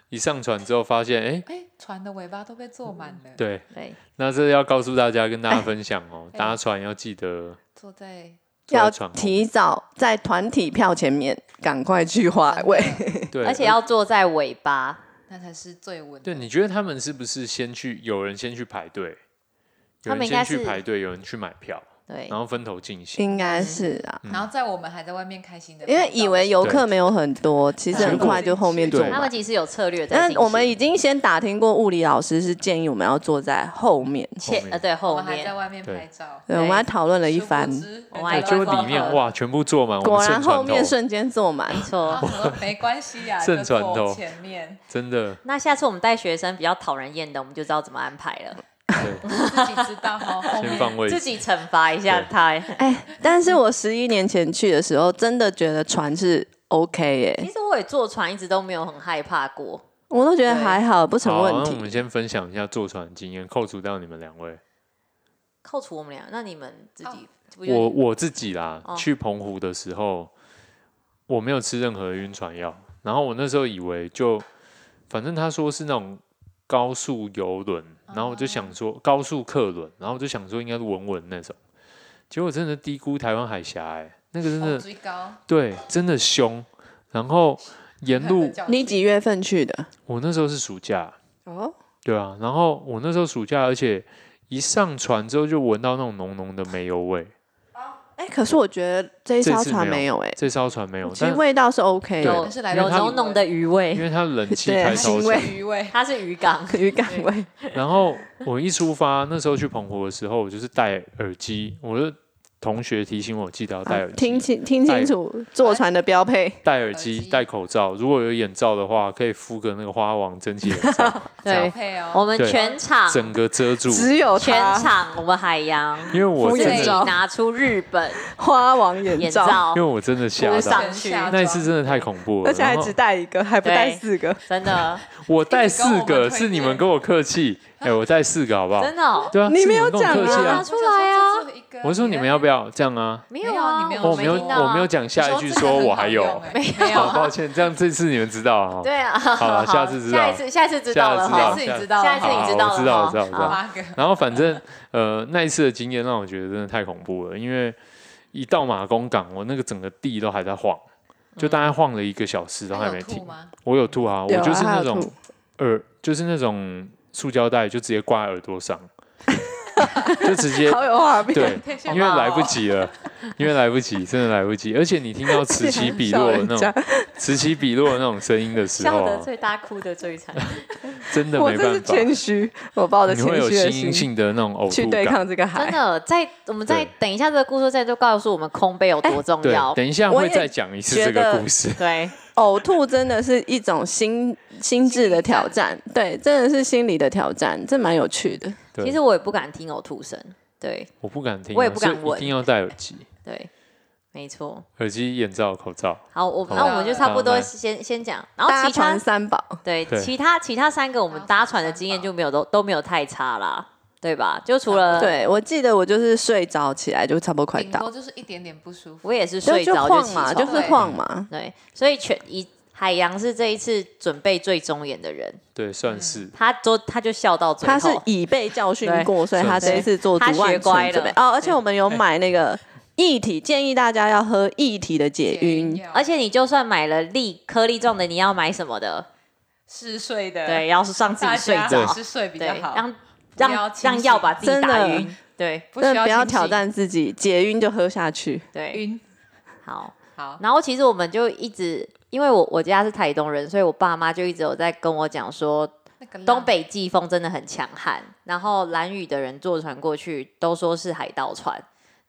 Speaker 1: 一上船之后发现，哎，
Speaker 4: 哎，船的尾巴都被坐满了，
Speaker 1: 对，
Speaker 3: 对，
Speaker 1: 那这要告诉大家，跟大家分享
Speaker 3: [LAUGHS]
Speaker 1: 哦，
Speaker 3: 哎
Speaker 1: 搭船要记得
Speaker 4: 坐在
Speaker 1: 坐在
Speaker 2: 要
Speaker 1: 船后
Speaker 2: 提早在团体票前面赶快去华
Speaker 4: 真
Speaker 3: [LAUGHS]
Speaker 4: 的
Speaker 2: 位，
Speaker 1: 对，
Speaker 3: 而且要坐在尾巴，
Speaker 4: 那才是最稳的。
Speaker 1: 对。你觉得他们是不是先去有人先去排队，有
Speaker 3: 他
Speaker 1: 人
Speaker 3: 们应该
Speaker 1: 先
Speaker 3: 是
Speaker 1: 去排队，有人去买票，
Speaker 3: 对
Speaker 1: 然，后分头进行？
Speaker 2: 应该是啊，
Speaker 1: 嗯
Speaker 4: 然后在我们还在外面开心的，
Speaker 2: 因为以为游客没有很多，其实
Speaker 1: 对
Speaker 2: 很快就后面坐
Speaker 1: 对
Speaker 3: 他
Speaker 2: 满
Speaker 3: 们。其实有策略在
Speaker 2: 但
Speaker 3: 进行，
Speaker 2: 我们已经先打听过，物理老师是建议我们要坐在后面，
Speaker 1: 后
Speaker 3: 前
Speaker 1: 面
Speaker 3: 呃对
Speaker 4: 我
Speaker 3: 后
Speaker 4: 们还在
Speaker 3: 面，
Speaker 4: 外面
Speaker 1: 对
Speaker 4: 拍照，
Speaker 2: 对，我们还讨论了一
Speaker 4: 殊不
Speaker 2: 番，
Speaker 4: 知
Speaker 3: 我
Speaker 4: 人
Speaker 3: 还
Speaker 1: 哎
Speaker 4: 家
Speaker 3: 在
Speaker 1: 结
Speaker 4: 都
Speaker 1: 果
Speaker 3: 外
Speaker 1: 里
Speaker 3: 面
Speaker 1: 面哇，全部坐满，我
Speaker 2: 果
Speaker 1: 们
Speaker 2: 然
Speaker 1: 剩
Speaker 2: 后
Speaker 1: 船
Speaker 2: 面
Speaker 1: 头，
Speaker 2: 瞬间坐满
Speaker 3: 没。错
Speaker 4: 然。后
Speaker 1: [LAUGHS]
Speaker 4: 想说没关系啊，
Speaker 1: 正
Speaker 4: 就
Speaker 1: 传
Speaker 4: 坐
Speaker 1: 头
Speaker 4: 前面
Speaker 1: 真的
Speaker 3: 那下次我们带学生比较讨人厌的，我们就知道怎么安排了， [LAUGHS]
Speaker 1: 对，
Speaker 4: 自己知道哦，后
Speaker 1: [LAUGHS] 先
Speaker 4: 面
Speaker 1: 放位
Speaker 3: 自
Speaker 1: 置，
Speaker 3: 己惩罚一下
Speaker 1: 对
Speaker 3: 他。
Speaker 1: [LAUGHS]
Speaker 2: 哎但是我十一年前去的时候，真的觉得船是 OK 耶、
Speaker 3: 其实我也坐船，一直都没有很害怕过。
Speaker 2: 我都觉得还好，不成
Speaker 1: 好，
Speaker 2: 问
Speaker 1: 那我们
Speaker 2: 题。
Speaker 1: 先分享一下坐船的经验，扣除掉你们两位，
Speaker 3: 扣除我们俩，那你们自己，
Speaker 4: 哦
Speaker 3: 不就
Speaker 1: 我我自己啦，
Speaker 3: 哦
Speaker 1: 去澎湖的时候，我没有吃任何的晕船药，然后我那时候以为就，反正他说是那种高速游轮，然后我就想说、高速客轮，然后我就想说应该是稳稳那种，结果真的低估台湾海峡、哎，那个真的、
Speaker 4: 哦最高。
Speaker 1: 对，真的凶，然后沿路
Speaker 2: 你几月份去的？
Speaker 1: 我那时候是暑假，
Speaker 2: 哦，
Speaker 1: 对啊，然后我那时候暑假，而且一上船之后就闻到那种浓浓的煤油味，
Speaker 2: 哎、可是我觉得这一
Speaker 1: 这
Speaker 2: 艘
Speaker 1: 次
Speaker 2: 船
Speaker 1: 没
Speaker 2: 没有哎、
Speaker 1: 这艘船没有，
Speaker 2: 其实
Speaker 1: 但
Speaker 2: 味道是 OK
Speaker 1: 对
Speaker 2: 的，啊
Speaker 3: 有
Speaker 4: 但是来
Speaker 1: 因为
Speaker 3: 有
Speaker 1: 它
Speaker 3: 浓浓的鱼味
Speaker 1: 因，为它冷气
Speaker 2: 对
Speaker 1: 太
Speaker 2: 腥
Speaker 1: 烧
Speaker 2: 味
Speaker 1: 钱。
Speaker 4: 鱼啊味，
Speaker 3: 它是渔港，
Speaker 2: 渔港味。
Speaker 1: 然后我一出发，那时候去澎湖的时候，我就是戴耳机，我的同学提醒我记得要戴
Speaker 2: 好
Speaker 1: 耳机，
Speaker 2: 啊听清听清
Speaker 1: 戴
Speaker 2: 楚，坐船的标配。
Speaker 1: 戴耳
Speaker 4: 耳
Speaker 1: 机、
Speaker 4: 机
Speaker 1: 戴口罩。如果有眼罩的话，可以敷个那个花王蒸汽眼罩，
Speaker 4: 搭
Speaker 3: 对，
Speaker 4: 配
Speaker 3: 我
Speaker 4: 哦。
Speaker 3: 们
Speaker 1: 对
Speaker 3: 全场
Speaker 1: 整个遮住。
Speaker 2: 只有
Speaker 3: 全
Speaker 2: 它
Speaker 3: 场我们海洋，
Speaker 1: 因为我
Speaker 2: 敷
Speaker 3: 自
Speaker 1: 真
Speaker 2: 衍
Speaker 3: 己
Speaker 1: 的，
Speaker 2: 照
Speaker 3: 拿出日本
Speaker 2: 花王眼
Speaker 3: 眼
Speaker 2: 罩，
Speaker 3: 罩
Speaker 1: 因 [LAUGHS] 为，我真的吓
Speaker 3: 敷
Speaker 1: 到
Speaker 3: 上，
Speaker 4: 全
Speaker 3: 去
Speaker 4: 下
Speaker 1: 那一
Speaker 4: 妆
Speaker 1: 次真的太恐怖了。
Speaker 2: 而且还
Speaker 1: 然后
Speaker 2: 只带一个，还不带
Speaker 3: 对
Speaker 2: 四个。
Speaker 3: 真的
Speaker 1: 我带四
Speaker 4: 一直跟我
Speaker 1: 个，
Speaker 4: 们推
Speaker 1: 是你
Speaker 4: 荐
Speaker 1: 们跟我客气。哎、我带四个好不好？
Speaker 3: 真的哦
Speaker 1: 对啊，
Speaker 2: 你
Speaker 1: 是
Speaker 2: 没有
Speaker 1: 们跟我
Speaker 2: 讲
Speaker 1: 客气
Speaker 3: 啊
Speaker 1: 啊
Speaker 3: 拿。出来啊
Speaker 4: 我就说这只有一个
Speaker 1: 我说你们要不要这样啊？
Speaker 3: [LAUGHS] 没
Speaker 4: 有
Speaker 3: 啊，
Speaker 4: 你没有
Speaker 1: 我
Speaker 4: 我
Speaker 1: 没
Speaker 4: 没
Speaker 1: 有，
Speaker 4: 听到啊
Speaker 1: 我没有讲下一句说我还有。
Speaker 4: 欸没
Speaker 1: 好， [LAUGHS]
Speaker 4: 有，啊
Speaker 1: 抱歉，这样这次你们知道啊。
Speaker 3: [LAUGHS] 对啊，
Speaker 1: 好了下次知道
Speaker 3: 下一次下一次知道了
Speaker 4: 下
Speaker 3: 哈
Speaker 4: 次，
Speaker 1: 知
Speaker 4: 下次你知
Speaker 1: 道
Speaker 4: 道
Speaker 3: 下一次
Speaker 1: 好
Speaker 3: 你
Speaker 1: 好
Speaker 3: 知道了
Speaker 1: 我
Speaker 3: 哈，
Speaker 1: 知道，我知道，我知道。
Speaker 4: 八个
Speaker 1: 然后反正呃那一次的经验让我觉得真的太恐怖了，因为一到马公港，我那个整个地都还在晃，就大概晃了一个小时都还
Speaker 4: 还
Speaker 1: 没
Speaker 4: 有
Speaker 1: 停
Speaker 4: 吐。吗？
Speaker 1: 我有吐啊，我
Speaker 2: 有啊
Speaker 1: 就是
Speaker 2: 还
Speaker 1: 那
Speaker 2: 有
Speaker 1: 种
Speaker 2: 吐
Speaker 1: 耳，就是那种塑胶袋就直接挂在耳朵
Speaker 4: [LAUGHS]
Speaker 1: 上，就直接
Speaker 2: 好有画面。
Speaker 1: 对，因为
Speaker 3: 好棒哦
Speaker 1: 来不及了，因为来不及，真的来不及。而且你听到此起彼
Speaker 2: [LAUGHS] 笑
Speaker 1: 落的
Speaker 2: 人
Speaker 1: 那
Speaker 2: 家
Speaker 1: 种此起彼落的那种声音的时
Speaker 3: 笑
Speaker 1: 候
Speaker 3: 得
Speaker 1: 啊，
Speaker 3: 最大，哭得最 [LAUGHS] 惨，
Speaker 1: 真的
Speaker 2: 我
Speaker 1: 没
Speaker 2: 这是
Speaker 1: 办法，
Speaker 2: 谦虚，我抱着
Speaker 1: 你
Speaker 2: 谦
Speaker 1: 会有
Speaker 2: 虚的
Speaker 1: 心
Speaker 2: 心
Speaker 1: 因性的那种呕
Speaker 2: 去
Speaker 1: 吐
Speaker 2: 对
Speaker 1: 感。
Speaker 2: 抗这个
Speaker 3: 真
Speaker 2: 海。
Speaker 3: 的。在我们再
Speaker 1: 对
Speaker 3: 等一下这个故事，再就告诉我们空杯有多重
Speaker 1: 对
Speaker 3: 要，。
Speaker 1: 等一下
Speaker 2: 我
Speaker 1: 会
Speaker 2: 也
Speaker 1: 再讲一次
Speaker 3: 觉
Speaker 1: 这个
Speaker 3: 得
Speaker 1: 故事。 [LAUGHS]
Speaker 3: 对，
Speaker 2: [LAUGHS] 呕吐真的是一种心心智的挑战，哦对，真的是心理的挑战，这蛮有趣的。
Speaker 1: 对
Speaker 3: 其实我也不敢听呕吐声，对
Speaker 1: 我不敢听啊，
Speaker 3: 我也不敢
Speaker 1: 所以一
Speaker 3: 闻
Speaker 1: 定要戴耳机、
Speaker 3: 对，没错。
Speaker 1: 耳机、眼罩、口罩。
Speaker 3: 好，我
Speaker 1: 好
Speaker 3: 那我们就差不
Speaker 1: 好
Speaker 3: 多
Speaker 1: 来
Speaker 3: 先先讲，然后
Speaker 2: 搭
Speaker 3: 其他
Speaker 2: 船三宝，
Speaker 3: 对
Speaker 1: 对
Speaker 3: 其他其他三个我们搭船的经验就没有都都没有太差啦，对吧？就除了
Speaker 2: 对我记得我就是睡着起来就差不多快
Speaker 4: 顶
Speaker 2: 到，
Speaker 4: 多就是一点点不舒服。
Speaker 3: 我也是
Speaker 2: 就
Speaker 3: 睡
Speaker 2: 就
Speaker 3: 着
Speaker 2: 晃
Speaker 3: 起
Speaker 2: 嘛，
Speaker 3: 床
Speaker 2: 就是
Speaker 3: 了
Speaker 4: 对
Speaker 2: 晃嘛，
Speaker 3: 对，所以全一海洋是这一次准备最忠严的人，
Speaker 1: 对，算是。
Speaker 2: 嗯
Speaker 3: 他都他就笑到最后，
Speaker 2: 他是已被教训过，所以他这一次做足
Speaker 3: 他学
Speaker 2: 万
Speaker 3: 乖
Speaker 2: 全
Speaker 3: 了
Speaker 2: 准备。哦，而且我们有
Speaker 1: 哎
Speaker 2: 买那个液体，建议大家要喝液体的解晕。
Speaker 3: 而且你就算买了粒颗粒状的，你要买什么的？
Speaker 4: 嗜睡的，
Speaker 3: 对，要是让自己
Speaker 4: 大
Speaker 3: 睡
Speaker 4: 家
Speaker 3: 着，
Speaker 4: 还是睡比
Speaker 3: 对，
Speaker 4: 较好，
Speaker 3: 让
Speaker 4: 不要
Speaker 3: 让
Speaker 4: 清
Speaker 3: 让
Speaker 4: 醒
Speaker 3: 药把自己
Speaker 2: 真
Speaker 3: 打
Speaker 2: 的
Speaker 3: 晕，对
Speaker 4: 不
Speaker 2: 真
Speaker 4: 需
Speaker 2: 的不要
Speaker 4: 要
Speaker 2: 挑
Speaker 4: 清醒
Speaker 2: 战自己，解晕就喝下去。
Speaker 3: 对，
Speaker 4: 晕。
Speaker 3: 好。
Speaker 4: 好，
Speaker 3: 然后其实我们就一直，因为我我家是台东人，所以我爸妈就一直有在跟我讲说，
Speaker 4: 那个
Speaker 3: 东北季风真的很强悍，然后蓝雨的人坐船过去都说是海盗船，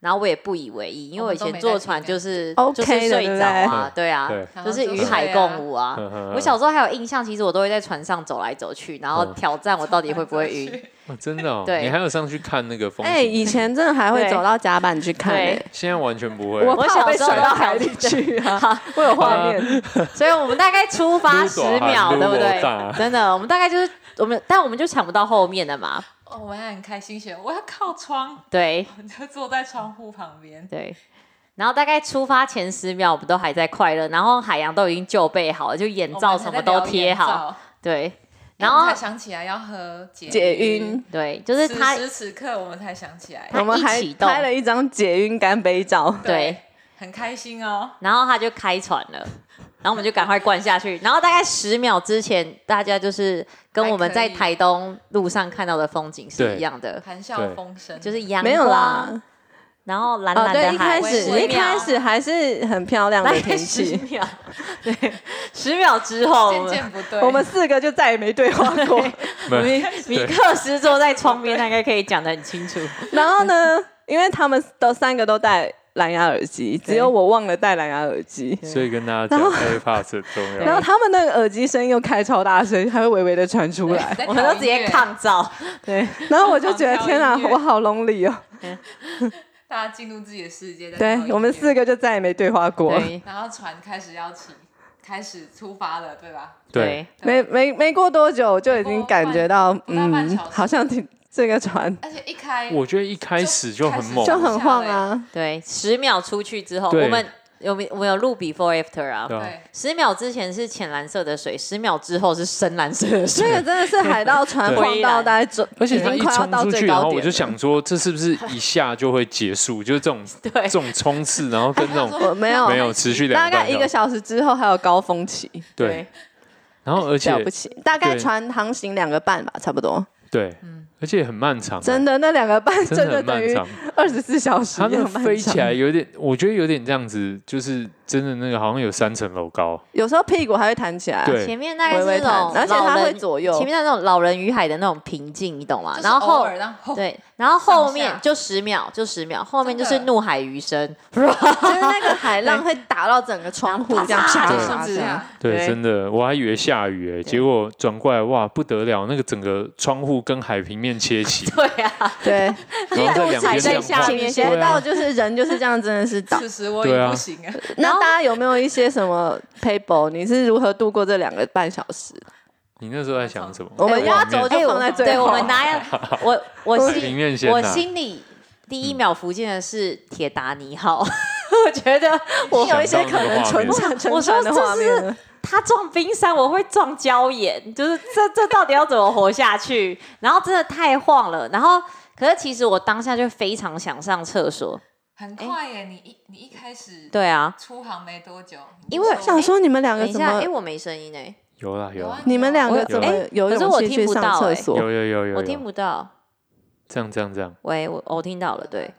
Speaker 3: 然后我也不以为意，因为我以前坐船就是
Speaker 2: 我们
Speaker 3: 就
Speaker 2: 都没
Speaker 3: 是
Speaker 2: 在
Speaker 3: 睡
Speaker 2: 听欸
Speaker 3: 着啊，对啊，
Speaker 1: 对，
Speaker 4: 浪
Speaker 3: 就是与
Speaker 4: 然后
Speaker 3: 海共舞啊。
Speaker 1: 呵呵呵
Speaker 3: 我小时候还有印象，其实我都会在船上走来走去，然后
Speaker 1: 嗯
Speaker 3: 挑战我到底会不会晕。
Speaker 4: [LAUGHS]
Speaker 1: 哦真的哦，
Speaker 3: 对
Speaker 1: 你还有上去看那个风
Speaker 2: 哎，
Speaker 1: 景，
Speaker 2: 以前真的还会
Speaker 3: 对
Speaker 2: 走到甲板去看
Speaker 3: 对
Speaker 2: 欸，
Speaker 1: [LAUGHS] 现在完全不会。
Speaker 2: 我
Speaker 3: 我
Speaker 2: 怕
Speaker 3: 小
Speaker 2: 被
Speaker 3: 时候
Speaker 2: 甩
Speaker 3: 都
Speaker 2: 到海里
Speaker 3: 挑
Speaker 2: 去
Speaker 3: [LAUGHS]
Speaker 2: 啊，我有画面。
Speaker 3: 所以我们大概出发
Speaker 1: 撸
Speaker 3: 十
Speaker 1: 短啊
Speaker 3: 秒，
Speaker 1: 撸
Speaker 3: 对不
Speaker 1: 我大 [LAUGHS]
Speaker 3: 对？真的，我们大概就是我们，但我们就抢不到后面的嘛。
Speaker 4: 哦，我还很开心，选我要靠窗，
Speaker 3: 对
Speaker 4: 我就坐在窗户旁边。
Speaker 3: 对。然后大概出发前十秒，我们都还在快乐，然后海洋都已经就备好了，就眼罩什么都贴好，对，然
Speaker 4: 然后
Speaker 3: 后
Speaker 4: 才想起来要喝解
Speaker 2: 解晕，
Speaker 3: 对，就是
Speaker 4: 此
Speaker 3: 他
Speaker 4: 时此刻我们才想起来
Speaker 3: 他，
Speaker 2: 我们还
Speaker 3: 一起动
Speaker 2: 拍了一张解晕干杯照。
Speaker 3: 对，
Speaker 4: 很开心哦。
Speaker 3: 然后他就开船了，然后我们就赶快灌下去。然后大概十秒之前，大家就是跟我们在台东路上看到的风景是一样的，
Speaker 4: 谈笑风生，
Speaker 3: 就是阳光，
Speaker 2: 没有啦，
Speaker 3: 然后蓝
Speaker 2: 哦，
Speaker 3: 蓝
Speaker 2: 对，
Speaker 3: 的
Speaker 2: 一
Speaker 3: 海，
Speaker 2: 开始
Speaker 4: 微
Speaker 2: 一
Speaker 4: 妙
Speaker 2: 开始还是很漂亮
Speaker 3: 大
Speaker 2: 的
Speaker 3: 概
Speaker 2: 天
Speaker 3: 十 [LAUGHS]
Speaker 2: 气，
Speaker 3: 秒，对，十秒之后，我
Speaker 4: 渐
Speaker 3: 们
Speaker 4: 渐不对。
Speaker 2: 我们四个就再也没对话过。
Speaker 1: [LAUGHS] 没有
Speaker 3: 米米克斯坐在窗边，大概可以讲得很清楚。
Speaker 2: 然后呢，因为他们都三个都戴蓝牙耳机，只有我忘了戴蓝牙耳机。
Speaker 1: 所以跟大家
Speaker 2: 然
Speaker 1: 讲
Speaker 2: 后
Speaker 1: ，AirPods 很重
Speaker 2: 然后
Speaker 1: 要。
Speaker 2: 他们那个耳机声音又开超大声，还会微微的传出来。
Speaker 4: 在
Speaker 3: 我们
Speaker 4: 搞
Speaker 3: 都直接
Speaker 4: 音乐，
Speaker 3: 抗噪，
Speaker 2: 对，然后我就觉得
Speaker 4: 狂飙
Speaker 2: 天哪，
Speaker 4: 音乐
Speaker 2: 我好 lonely 哦。
Speaker 4: 大家进入自己的世界。在
Speaker 2: 对
Speaker 4: 搞音乐
Speaker 2: 我们四，个就再也没对话过。
Speaker 3: 对
Speaker 4: 然后船开始要起，开始出发了，对吧？
Speaker 1: 对，，
Speaker 2: 没没没过多久，我就已经感觉到，
Speaker 4: 过半
Speaker 2: 嗯，
Speaker 4: 小时
Speaker 2: 好像挺 [LAUGHS] 这个船
Speaker 4: 而且一开
Speaker 1: 我觉得一开始就很猛，
Speaker 2: 就很晃 [LAUGHS] 啊。
Speaker 3: 对，十秒出去之后，
Speaker 1: 对
Speaker 3: 我们有没我们有录 before after 啊？
Speaker 1: 对啊
Speaker 4: 对，
Speaker 3: 十秒之前是浅蓝色的水，十秒之后是深蓝色的
Speaker 2: 这
Speaker 3: 水。
Speaker 2: 个真的是海盗船
Speaker 1: 对
Speaker 2: 晃到大概准，
Speaker 1: 而且
Speaker 2: 已
Speaker 1: 他
Speaker 2: 经
Speaker 1: 一
Speaker 2: 快要
Speaker 1: 冲
Speaker 2: 到
Speaker 1: 出去，
Speaker 2: 最
Speaker 1: 然
Speaker 2: 高
Speaker 1: 后
Speaker 2: 点
Speaker 1: 我就
Speaker 2: 了。
Speaker 1: 想说，这是不是一下就会结束？就是这
Speaker 2: [LAUGHS]
Speaker 1: 种
Speaker 3: 对
Speaker 1: 这种冲刺，然后跟那种
Speaker 2: 我没有
Speaker 1: 没有持续两
Speaker 2: 哦大
Speaker 1: 个半
Speaker 2: 概一个
Speaker 1: 小时
Speaker 2: 小时之后还有高峰期，
Speaker 1: 对，然后而且
Speaker 2: 了不起，大概
Speaker 1: 对
Speaker 2: 船航行两个半吧，差不多。
Speaker 1: 对，而而且很漫长、
Speaker 2: 嗯
Speaker 1: 啊
Speaker 2: 真，的那两个半
Speaker 1: 真
Speaker 2: 真
Speaker 1: 的
Speaker 2: 的
Speaker 1: 很
Speaker 2: 等
Speaker 1: 漫
Speaker 2: 于
Speaker 1: 长。
Speaker 2: 二十四小时
Speaker 1: 它
Speaker 2: 一
Speaker 1: 那
Speaker 2: 样
Speaker 1: 个
Speaker 2: 漫
Speaker 1: 飞起
Speaker 2: 长
Speaker 1: 来有点，我觉得有点这样子，就是真的那个好像有三层楼高。
Speaker 2: 有时候屁股还会弹起来， [LAUGHS]
Speaker 1: 对
Speaker 3: 前面大概
Speaker 2: 微
Speaker 3: 是
Speaker 2: 微
Speaker 3: 那
Speaker 2: 弹
Speaker 3: 种，
Speaker 2: 而且
Speaker 3: 老
Speaker 2: 它会
Speaker 3: 人
Speaker 2: 左右。
Speaker 3: 前面那种老人与海的那种平静，你懂吗？
Speaker 4: 就是
Speaker 3: 啊然后
Speaker 4: 偶
Speaker 3: 后
Speaker 4: 尔让后
Speaker 3: 对，然后后面
Speaker 4: 上下
Speaker 3: 就十秒，就十秒，后面就
Speaker 4: 真
Speaker 3: 是
Speaker 4: 的
Speaker 3: 怒海余生， [LAUGHS]
Speaker 2: 就是那个海浪会打到整个窗户，这样啪
Speaker 1: 对啊
Speaker 2: 啪
Speaker 4: 这样
Speaker 2: 啪。
Speaker 1: 对，
Speaker 3: 对，
Speaker 1: 真的，我还以为下雨诶、结果转过来哇，不得了，那个整个窗户跟海平面切齐
Speaker 3: 对啊，
Speaker 2: [LAUGHS] 对，
Speaker 1: 然后这两边
Speaker 3: 踩
Speaker 1: 这
Speaker 3: 在
Speaker 1: 样
Speaker 3: 下
Speaker 1: 晃
Speaker 3: 面，
Speaker 2: 学
Speaker 1: 对啊
Speaker 2: 到就是人就是这样，真的是倒。
Speaker 4: 此时我
Speaker 1: 对啊
Speaker 4: 也
Speaker 3: [LAUGHS]
Speaker 4: 不行啊，
Speaker 2: 那大家有没有一些什么 paper？你是如何度过这两个半小时？
Speaker 1: 你那时候在想什么？
Speaker 2: 我们
Speaker 1: 画
Speaker 2: 压
Speaker 1: 面
Speaker 2: 轴就
Speaker 3: 哎
Speaker 2: 放在
Speaker 3: 我
Speaker 2: 最
Speaker 3: 对，
Speaker 2: 后。
Speaker 3: 我们拿
Speaker 2: [LAUGHS]
Speaker 3: 呀，我我
Speaker 1: 海平
Speaker 3: 心
Speaker 1: 面先
Speaker 3: 我
Speaker 1: 拿嗯
Speaker 3: 心里第一秒浮现的是铁达尼号， [LAUGHS] 我觉得 [LAUGHS] 我
Speaker 2: 有一些
Speaker 1: 想
Speaker 2: 可
Speaker 1: 到那个
Speaker 2: 能
Speaker 1: 画
Speaker 2: 纯
Speaker 1: 面
Speaker 2: 产
Speaker 3: 我说
Speaker 2: 纯产的画面呢，
Speaker 3: 他撞冰山，我会撞礁岩，就是这这到底要怎么活下去？然后真的太晃了，然后可是其实我当下就非常想上厕所，
Speaker 4: 很快耶！你一你一开始
Speaker 3: 对啊，
Speaker 4: 出航没多久，
Speaker 3: 因为
Speaker 4: 你就
Speaker 2: 想说你们两
Speaker 3: 等
Speaker 2: 个
Speaker 3: 一
Speaker 2: 怎
Speaker 3: 下，哎、
Speaker 2: 么？
Speaker 3: 我没声音哎、
Speaker 1: 有啦有
Speaker 4: 有啊
Speaker 1: 啦，
Speaker 2: 你们两
Speaker 3: 我
Speaker 2: 个
Speaker 3: 有
Speaker 2: 怎么
Speaker 3: 哎
Speaker 2: 有
Speaker 3: 可是
Speaker 2: 勇
Speaker 3: 我
Speaker 2: 气
Speaker 3: 听
Speaker 2: 去
Speaker 3: 不
Speaker 2: 上
Speaker 3: 到
Speaker 2: 厕
Speaker 3: 哎
Speaker 1: 有
Speaker 2: 所？
Speaker 1: 有有有
Speaker 3: 我听
Speaker 1: 有，
Speaker 3: 不到，
Speaker 1: 这样这样这样，
Speaker 3: 喂，我我听到了，对，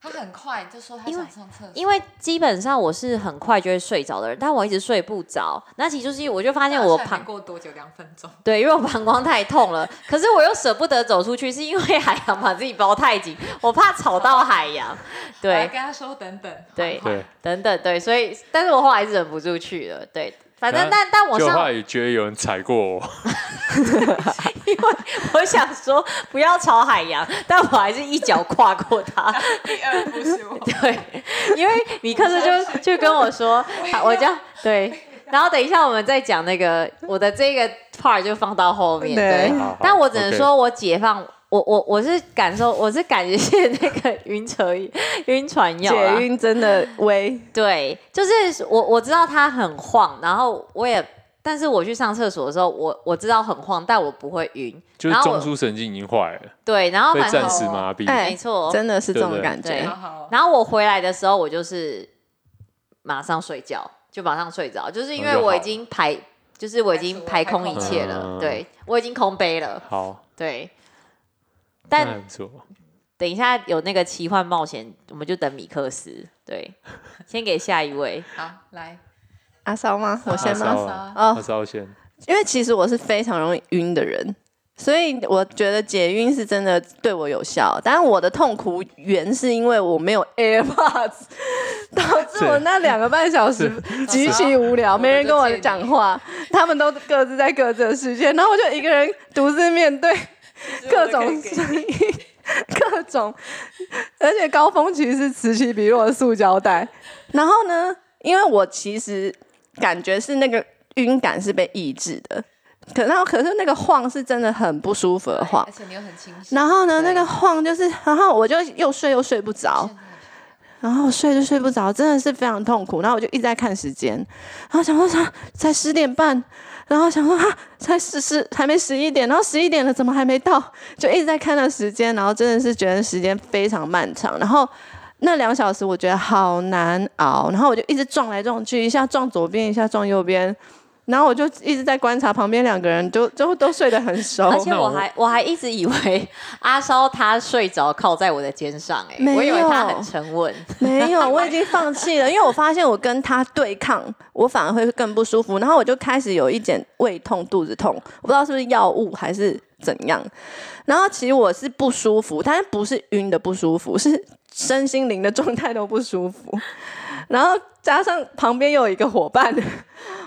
Speaker 4: 他很快就说他
Speaker 3: 因为
Speaker 4: 想上厕所，
Speaker 3: 因为基本上我是很快就会睡着的人，但我一直睡不着，那其实就是因为我就发现我
Speaker 4: 那算
Speaker 3: 旁
Speaker 4: 没过多久两分钟，
Speaker 3: 对，因为我膀胱太痛了，可是我又舍不得走出去，是因为海洋把自己包太紧，我怕吵到海洋，
Speaker 4: 我还
Speaker 3: 对。
Speaker 4: 跟他说等等，
Speaker 3: 对
Speaker 4: 很快
Speaker 1: 对，
Speaker 3: 等等，对，所以，但是我后来是忍不住去了，对，反正
Speaker 1: 啊
Speaker 3: 但但我
Speaker 1: 就后
Speaker 3: 上
Speaker 1: 来，也觉得有人踩过我，
Speaker 3: 因为我想说不要吵海洋，但我还是一脚跨过它，
Speaker 4: 第二不是我，
Speaker 3: [LAUGHS] 对，因为尼克斯就就跟我说，啊我叫对，然后等一下我们再讲那个我的这个 part 就放到后面，
Speaker 2: 对
Speaker 3: 对
Speaker 1: 好好，
Speaker 3: 但我只能
Speaker 1: OK
Speaker 3: 说我解放。我我我是感受，我是感谢那个 [LAUGHS] 晕车晕船药啊
Speaker 2: 解晕真的危，
Speaker 3: 对，就是我我知道它很晃，然后我也，但是我去上厕所的时候，我我知道很晃，但我不会晕。
Speaker 1: 就是
Speaker 3: 然后
Speaker 1: 中
Speaker 3: 我
Speaker 1: 枢神经已经坏了，
Speaker 3: 对，
Speaker 2: 哦
Speaker 3: 然后
Speaker 1: 被
Speaker 3: 反正
Speaker 1: 暂时麻痹。
Speaker 2: 哎
Speaker 3: 没错，
Speaker 2: 真的是这
Speaker 1: 对
Speaker 2: 种
Speaker 1: 对
Speaker 2: 感
Speaker 3: 对
Speaker 2: 觉
Speaker 4: 好。好，
Speaker 3: 然后我回来的时候，我就是马上睡觉，就马上睡着，就是因
Speaker 1: 那
Speaker 3: 为
Speaker 1: 就好
Speaker 3: 我已经排，就是我已经排
Speaker 4: 排除
Speaker 3: 空一
Speaker 1: 排
Speaker 3: 切了，
Speaker 1: 空
Speaker 3: 对我已经空杯了，
Speaker 1: 好，
Speaker 3: 对。
Speaker 1: 那
Speaker 3: 但
Speaker 1: 还不错。
Speaker 3: 等一下有那个奇幻冒险，我们就等米克斯。对，先给下
Speaker 1: [LAUGHS]
Speaker 3: 一位。
Speaker 4: 好来，
Speaker 2: 阿骚吗？我先
Speaker 1: 阿
Speaker 2: 吗
Speaker 1: 骚？
Speaker 4: 吗
Speaker 2: 哦
Speaker 1: 啊，阿骚先，
Speaker 2: 因为其实我是非常容易晕的人，所以我觉得解晕是真的对我有效。但是我的痛苦源是因为我没有 AirPods，导致我那两个半小时极其无聊，没人跟我讲话，他们都各自在各自的世界，然后我就一个人独自面对各种声音。各种，而且高峰期是此起彼落的塑胶袋。然后呢，因为我其实感觉是那个晕感是被抑制的，可然后可是那个晃是真的很不舒服的晃
Speaker 4: 而。且你又很清晰，
Speaker 2: 然后呢，那
Speaker 4: 对
Speaker 2: 个晃就是，然后我就又睡又睡不着，然后睡就睡不着，真的是非常痛苦。然后我就一直在看时间，然后想说啥才十点半，然后想说啊才十十还没十一点，然后十一点了怎么还没到？就一直在看那时间，然后真的是觉得时间非常漫长。然后那两小时我觉得好难熬，然后我就一直撞来撞去，一下撞左边，一下撞右边。然后我就一直在观察旁边两个人就，就都睡得很熟，
Speaker 3: 而且
Speaker 1: 那
Speaker 3: 我
Speaker 1: 我
Speaker 3: 还我还一直以为阿烧他睡着靠在我的肩上、欸，
Speaker 2: 没
Speaker 3: 我以为他
Speaker 2: 有
Speaker 3: 很沉稳。 [LAUGHS]
Speaker 2: [LAUGHS] 没有，我已经放弃了，因为我发现我跟他对抗，我反而会更不舒服，然后我就开始有一点胃痛、肚子痛，我不知道是不是药物还是怎样。然后其实我是不舒服，但是不是晕的不舒服， [LAUGHS] 是身心灵的状态都不舒服。然后加上旁边又有一个伙伴，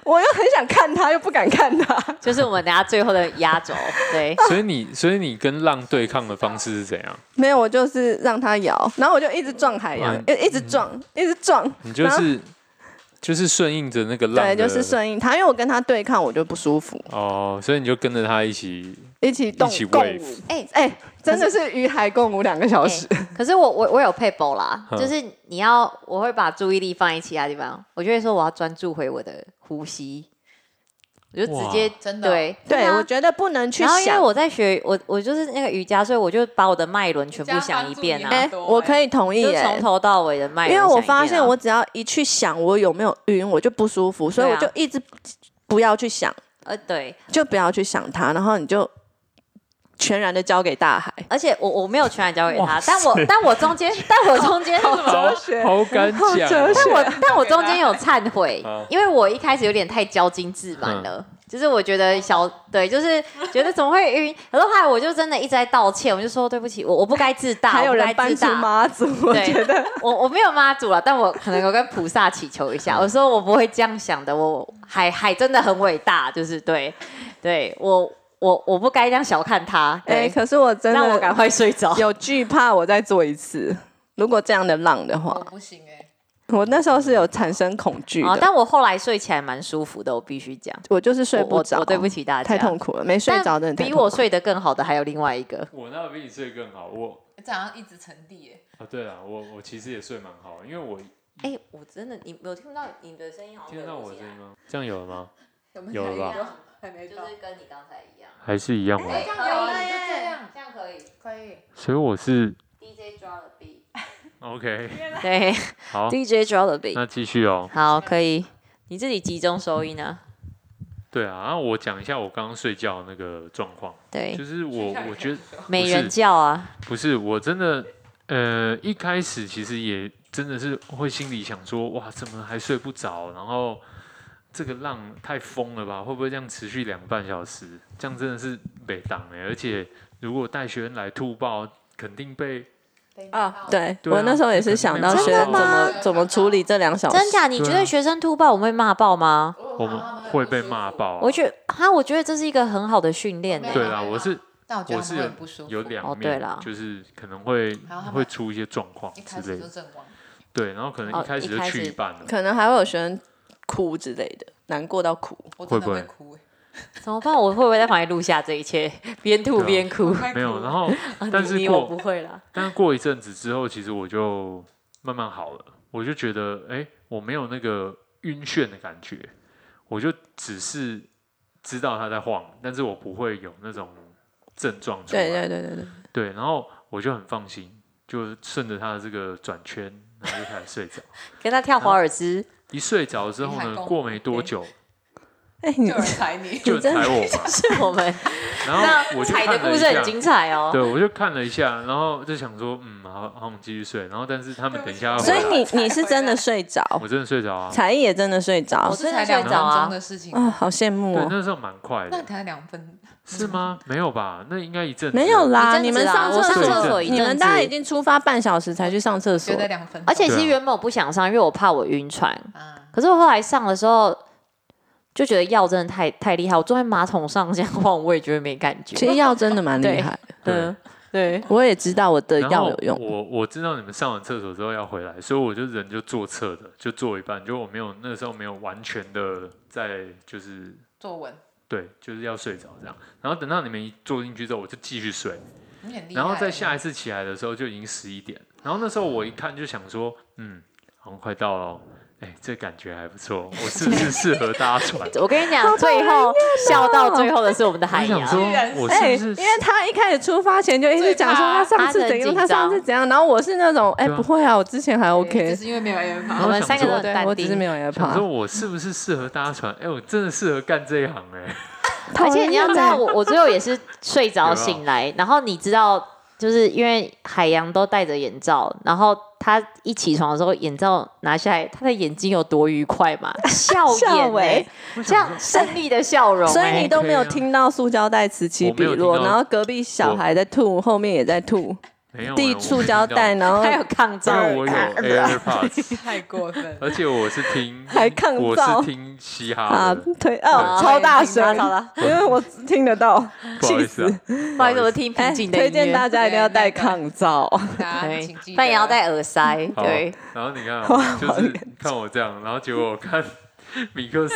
Speaker 2: 我又很想看他，又不敢看他。 [LAUGHS]
Speaker 3: 就是我们等下最后的压轴，对，
Speaker 1: 所以你，所以你跟浪对抗的方式是怎样？
Speaker 2: 没有，我就是让他摇，然后我就一直撞海洋，
Speaker 1: 嗯
Speaker 2: 一一直撞，一直撞。
Speaker 1: 你就
Speaker 2: 然后
Speaker 1: 是就是顺应着那个浪
Speaker 2: 对，
Speaker 1: 的，
Speaker 2: 就是顺应他，因为我跟他对抗，我就不舒服。
Speaker 1: 哦，所以你就跟着他一起
Speaker 2: 一起动
Speaker 1: 一起
Speaker 2: 共
Speaker 1: wave
Speaker 2: 舞，
Speaker 3: 哎、
Speaker 2: 哎、真的是与海共舞两个小
Speaker 3: 哎
Speaker 2: 时。
Speaker 3: 可是我我我有配包啦，
Speaker 1: 嗯
Speaker 3: 就是你要我会把注意力放在其他地方，我就会说我要专注回我的呼吸，我就直接
Speaker 1: 哇
Speaker 4: 真的哦
Speaker 3: 对
Speaker 2: [LAUGHS] 对，
Speaker 3: 啊
Speaker 2: 我觉得不能去
Speaker 3: 然后因为
Speaker 2: 想。
Speaker 3: 我在学我我就是那个瑜伽，所以我就把我的脉轮全部想一遍
Speaker 4: 瑜伽
Speaker 3: 啊
Speaker 4: 帮助，
Speaker 2: 哎、我可以同意
Speaker 3: 就
Speaker 2: 耶、
Speaker 3: 从头到尾的脉
Speaker 2: 因
Speaker 3: 轮、
Speaker 2: 为我发现我，只要一去想我有没有晕，我就不舒服，所以
Speaker 3: 对
Speaker 2: 我
Speaker 3: 啊
Speaker 2: 就一直不要去想，
Speaker 3: 呃，对，
Speaker 2: 就不要去想它，然后你就全然的交给大海。
Speaker 3: 而且我我没有全然交给
Speaker 1: 哇
Speaker 3: 他，但我
Speaker 1: 塞
Speaker 3: 但我中间但我中间
Speaker 1: 好
Speaker 2: 学
Speaker 1: 好敢
Speaker 2: [LAUGHS] 好
Speaker 1: 讲
Speaker 2: 哲
Speaker 1: 哦，
Speaker 2: 学啊
Speaker 3: 我但我中间有忏悔
Speaker 1: 嗯，
Speaker 3: 因为我一开始有点太骄矜自满了。就是我觉得小对，就是觉得怎么会晕，然后后来我就真的一直在道歉，我就说对不起，我我不该自大，
Speaker 2: 还有
Speaker 3: 我不
Speaker 2: 人
Speaker 3: 该
Speaker 2: 搬
Speaker 3: 自
Speaker 2: 出
Speaker 3: 大
Speaker 2: 妈祖，我
Speaker 3: 对
Speaker 2: [LAUGHS] 觉得
Speaker 3: 我我没有妈祖了，啊但我可能有跟菩萨祈求一下，我说我不会这样想的，我海海真的很伟大，就是对，对我我我不该这样小看他，
Speaker 2: 哎、
Speaker 3: 对，
Speaker 2: 可是我真
Speaker 3: 让我赶
Speaker 2: 的
Speaker 3: 快睡着。
Speaker 2: 有惧怕，我再做一次。如果这样的浪的话
Speaker 4: 我，不行哎、
Speaker 2: 我那时候是有产生恐惧的，
Speaker 3: 哦，但我后来睡起来蛮舒服的，我必须讲，
Speaker 2: 我就是睡
Speaker 3: 我
Speaker 2: 不
Speaker 3: 我
Speaker 2: 着，
Speaker 3: 我对不起大家，
Speaker 2: 太痛苦了，没睡着的人
Speaker 3: 但
Speaker 2: 太
Speaker 3: 比
Speaker 2: 痛苦
Speaker 3: 我睡得更好的还有另外一个，
Speaker 1: 我那比你睡更好，我
Speaker 4: 这好像一直沉地哎、
Speaker 1: 啊对了，我我其实也睡蛮好的，因为我
Speaker 3: 哎、我真的你有听到你的声音好像
Speaker 1: 听得
Speaker 3: 有
Speaker 1: 到
Speaker 3: 不
Speaker 1: 我
Speaker 3: 起
Speaker 1: 的
Speaker 3: 来
Speaker 2: 啊
Speaker 1: 声音吗？这样有了吗？
Speaker 4: 有没
Speaker 1: 有了
Speaker 3: 吧？
Speaker 4: 还没
Speaker 3: 啊就
Speaker 4: 到，
Speaker 3: 是跟你刚才一样，
Speaker 1: 还是一样吗？
Speaker 3: 哎这样可
Speaker 4: 有了
Speaker 3: 以，
Speaker 4: 耶
Speaker 3: 就这样，这样可以
Speaker 4: 可以。
Speaker 1: 所以我
Speaker 2: [LAUGHS]
Speaker 1: 是
Speaker 3: ，DJ 抓了 B，
Speaker 1: OK，
Speaker 3: 对
Speaker 1: 好，
Speaker 3: ，DJ 抓了 B。
Speaker 1: 那继续哦。
Speaker 3: 好，可以。你自己集中收音啊呢？
Speaker 1: 对啊，然后我讲一下我刚刚睡觉那个状况，
Speaker 3: 对
Speaker 2: 哎
Speaker 1: 就，是我我觉得
Speaker 3: [LAUGHS] 美人觉啊，
Speaker 1: 不是，我真的，呃，一开始其实也真的是会心里想说，哇，怎么还睡不着？然后这个浪太疯了吧？会不会这样持续两个半小时？这样真的是被挡哎！而且如果带学生来吐爆，肯定被
Speaker 2: 啊！对
Speaker 1: 对啊
Speaker 2: 我那时候也是想到学生
Speaker 3: 真
Speaker 2: 怎
Speaker 3: 的吗
Speaker 2: 么怎么处理这两小时，
Speaker 3: 真假？你觉
Speaker 1: 对
Speaker 3: 得
Speaker 1: 啊
Speaker 3: 学生突爆我们会骂爆吗？
Speaker 4: 哦
Speaker 1: 我们会被骂爆、啊。
Speaker 3: 我觉得哈，我觉得这是一个很好的训练欸呢。
Speaker 1: 对啦，我是
Speaker 4: 但我觉
Speaker 1: 我
Speaker 4: 得
Speaker 1: 是
Speaker 4: 他们会很不舒服，
Speaker 1: 有两面，
Speaker 3: 哦对啦
Speaker 1: 就是可能会
Speaker 4: 还有他们
Speaker 1: 会出一些状况
Speaker 4: 一
Speaker 1: 之
Speaker 4: 开
Speaker 1: 类
Speaker 4: 始就
Speaker 1: 的。
Speaker 4: 阵亡，
Speaker 1: 对，然后可能
Speaker 3: 哦
Speaker 1: 一开始
Speaker 3: 一
Speaker 1: 就
Speaker 3: 开
Speaker 1: 去
Speaker 3: 始
Speaker 1: 一半了。
Speaker 2: 可能还会有学生哭之类的，难过到哭。
Speaker 4: 我真的
Speaker 1: 会不会
Speaker 4: 会哭、欸，
Speaker 3: 怎么办？我会不会在旁边录下这一切，边吐
Speaker 1: 对啊
Speaker 3: 边哭？
Speaker 4: 会哭
Speaker 1: 没有，然
Speaker 3: [LAUGHS]
Speaker 1: 后但是
Speaker 3: 你
Speaker 1: 过
Speaker 3: 我不会啦。
Speaker 1: 但是过一阵子之后，其实我就慢慢好了，我就觉得，哎、我没有那个晕眩的感觉，我就只是知道它在晃，但是我不会有那种症状出来。
Speaker 2: 对对对对对，
Speaker 1: 对然后我就很放心，就顺着它的这个转圈，然后就开始睡着。
Speaker 3: 跟他跳华尔 [LAUGHS] 兹，
Speaker 1: 一睡着之后
Speaker 4: 你看
Speaker 1: 呢，
Speaker 4: 功
Speaker 1: 过没多久
Speaker 2: 哎，你
Speaker 4: 就有人踩你，
Speaker 3: [LAUGHS]
Speaker 1: 就有人
Speaker 2: 真的
Speaker 1: 踩我嘛，
Speaker 3: 是我们
Speaker 1: 然后
Speaker 3: 那
Speaker 1: 我就
Speaker 3: 踩的
Speaker 1: 看了
Speaker 3: 故
Speaker 1: 一
Speaker 3: 事
Speaker 1: 下
Speaker 3: 很。精彩哦。
Speaker 1: 对，我就看了一下，然后就想说，嗯，好，好，我们继续睡。然后，但是他们等一下要回
Speaker 2: 所
Speaker 1: 来，
Speaker 2: 以你你是真的睡着，
Speaker 1: 我真的睡着啊。
Speaker 2: 才艺也真的睡着
Speaker 3: 我真的
Speaker 4: 才两
Speaker 3: 睡
Speaker 4: 分
Speaker 3: 着啊
Speaker 4: 钟的事情，
Speaker 2: 啊，好羡慕
Speaker 1: 对，
Speaker 2: 哦。
Speaker 1: 那时候蛮快
Speaker 4: 那
Speaker 1: 的，
Speaker 4: 才两分，
Speaker 1: 是吗？没有吧？那应该一阵子
Speaker 2: 没有啦，
Speaker 3: 一阵
Speaker 2: 你们
Speaker 3: 子啦
Speaker 2: 上
Speaker 3: 我啊上
Speaker 1: 厕
Speaker 2: 厕
Speaker 1: 所一
Speaker 2: 你们
Speaker 3: 阵
Speaker 2: 大家
Speaker 3: 子啊
Speaker 2: 已经出发半小时才去上厕所
Speaker 4: 觉，得两分钟，
Speaker 3: 而且其
Speaker 1: 对
Speaker 3: 实
Speaker 1: 啊
Speaker 3: 原本我不想上，因为我怕我晕船。
Speaker 4: 啊，
Speaker 3: 可是我后来上的时候，就觉得药真的太太厉害。我坐在马桶上这样晃，我也觉得没感
Speaker 2: 其
Speaker 3: 觉。
Speaker 2: 实药真的蛮厉
Speaker 3: 对
Speaker 2: 害的。
Speaker 1: 对
Speaker 3: 嗯，对，
Speaker 2: 我也知道我的
Speaker 1: 然后
Speaker 2: 药呃有用，
Speaker 1: 我我知道你们上完厕所之后要回来，所以我就人就坐侧的，就坐一半，就我没有那时候没有完全的在就是
Speaker 4: 作文，
Speaker 1: 对，就是要睡着这样。然后等到你们一坐进去之后，我就继续睡。
Speaker 4: 你很厉害、
Speaker 1: 然后再下一次起来的时候就已经十一点，然后那时候我一看就想说，嗯，好像快到了哦，哎，这感觉还不错，我是不是适合搭
Speaker 2: [LAUGHS]
Speaker 1: 船？
Speaker 3: 我跟你讲，最后笑到最后的是我们的海
Speaker 1: 我想
Speaker 3: 洋。
Speaker 1: 说
Speaker 4: 居然，是
Speaker 1: 我
Speaker 2: 哎，
Speaker 1: 是
Speaker 2: 因
Speaker 1: 不是
Speaker 2: 为他一开始出发前就一直讲说他上次怎样，
Speaker 3: 他很紧张
Speaker 2: 他上次怎样，然后我是那种哎
Speaker 1: 对啊
Speaker 2: 不会啊，我之前还
Speaker 4: 对
Speaker 2: OK，
Speaker 4: 就是因为没有 A
Speaker 1: 然
Speaker 3: 我
Speaker 1: 后
Speaker 4: 吗？
Speaker 3: 们三个都很
Speaker 2: 对我
Speaker 3: 淡
Speaker 2: 只是
Speaker 3: 定，
Speaker 2: 没有 a i
Speaker 1: 想说我是不是适合搭船？哎，我真的适合干这一行哎。
Speaker 3: 而且你要知道，我我最后也是睡着
Speaker 1: 有啊没有
Speaker 3: 醒来，然后你知道，就是因为海洋都戴着眼罩，然后他一起床的时候，眼罩拿下来，他的眼睛有多愉快
Speaker 2: [LAUGHS]
Speaker 3: 嘛，笑
Speaker 2: 笑
Speaker 3: 眼
Speaker 2: 欸
Speaker 3: 欸这样胜利的笑容欸，
Speaker 2: 所以
Speaker 3: [LAUGHS]
Speaker 2: 你都没有
Speaker 1: OK 啊
Speaker 2: 听到塑胶袋此起
Speaker 1: 我没
Speaker 2: 彼
Speaker 1: 有
Speaker 2: 落，
Speaker 1: 听到
Speaker 2: 然后隔壁小孩在吐，后面也在
Speaker 1: [LAUGHS]
Speaker 2: 吐，
Speaker 1: 没有啊
Speaker 2: 递塑胶袋，，然后
Speaker 3: 还有抗啊
Speaker 1: 因
Speaker 3: 噪
Speaker 1: 为
Speaker 3: 耳
Speaker 4: [LAUGHS]
Speaker 1: 我有
Speaker 3: 卡
Speaker 1: AirPods，
Speaker 4: 太过分了，
Speaker 1: 而且我是听，
Speaker 2: [LAUGHS] 还抗
Speaker 1: 我
Speaker 2: 噪
Speaker 1: 是听嘻
Speaker 2: 啊
Speaker 1: 哈的，
Speaker 2: 推哦
Speaker 3: 啊 [LAUGHS]
Speaker 2: [LAUGHS] 超大声，
Speaker 3: 超大
Speaker 1: [LAUGHS]
Speaker 2: 因为我听得 [LAUGHS] 到。
Speaker 1: 不好意思啊，
Speaker 3: 不好意思，我听
Speaker 2: 哎，
Speaker 3: 平静的
Speaker 2: 推
Speaker 3: 音
Speaker 2: 荐大
Speaker 3: 乐，
Speaker 2: 家一定要戴抗噪，
Speaker 4: 大
Speaker 3: [LAUGHS]
Speaker 4: 家
Speaker 3: 对
Speaker 4: 请记得，
Speaker 3: 但也要戴耳
Speaker 2: [LAUGHS]
Speaker 3: 塞，
Speaker 1: 好
Speaker 3: 对。。
Speaker 1: 然后你看啊，就是看我这样，然后结果我看 [LAUGHS] 米克
Speaker 2: [LAUGHS]
Speaker 1: 斯，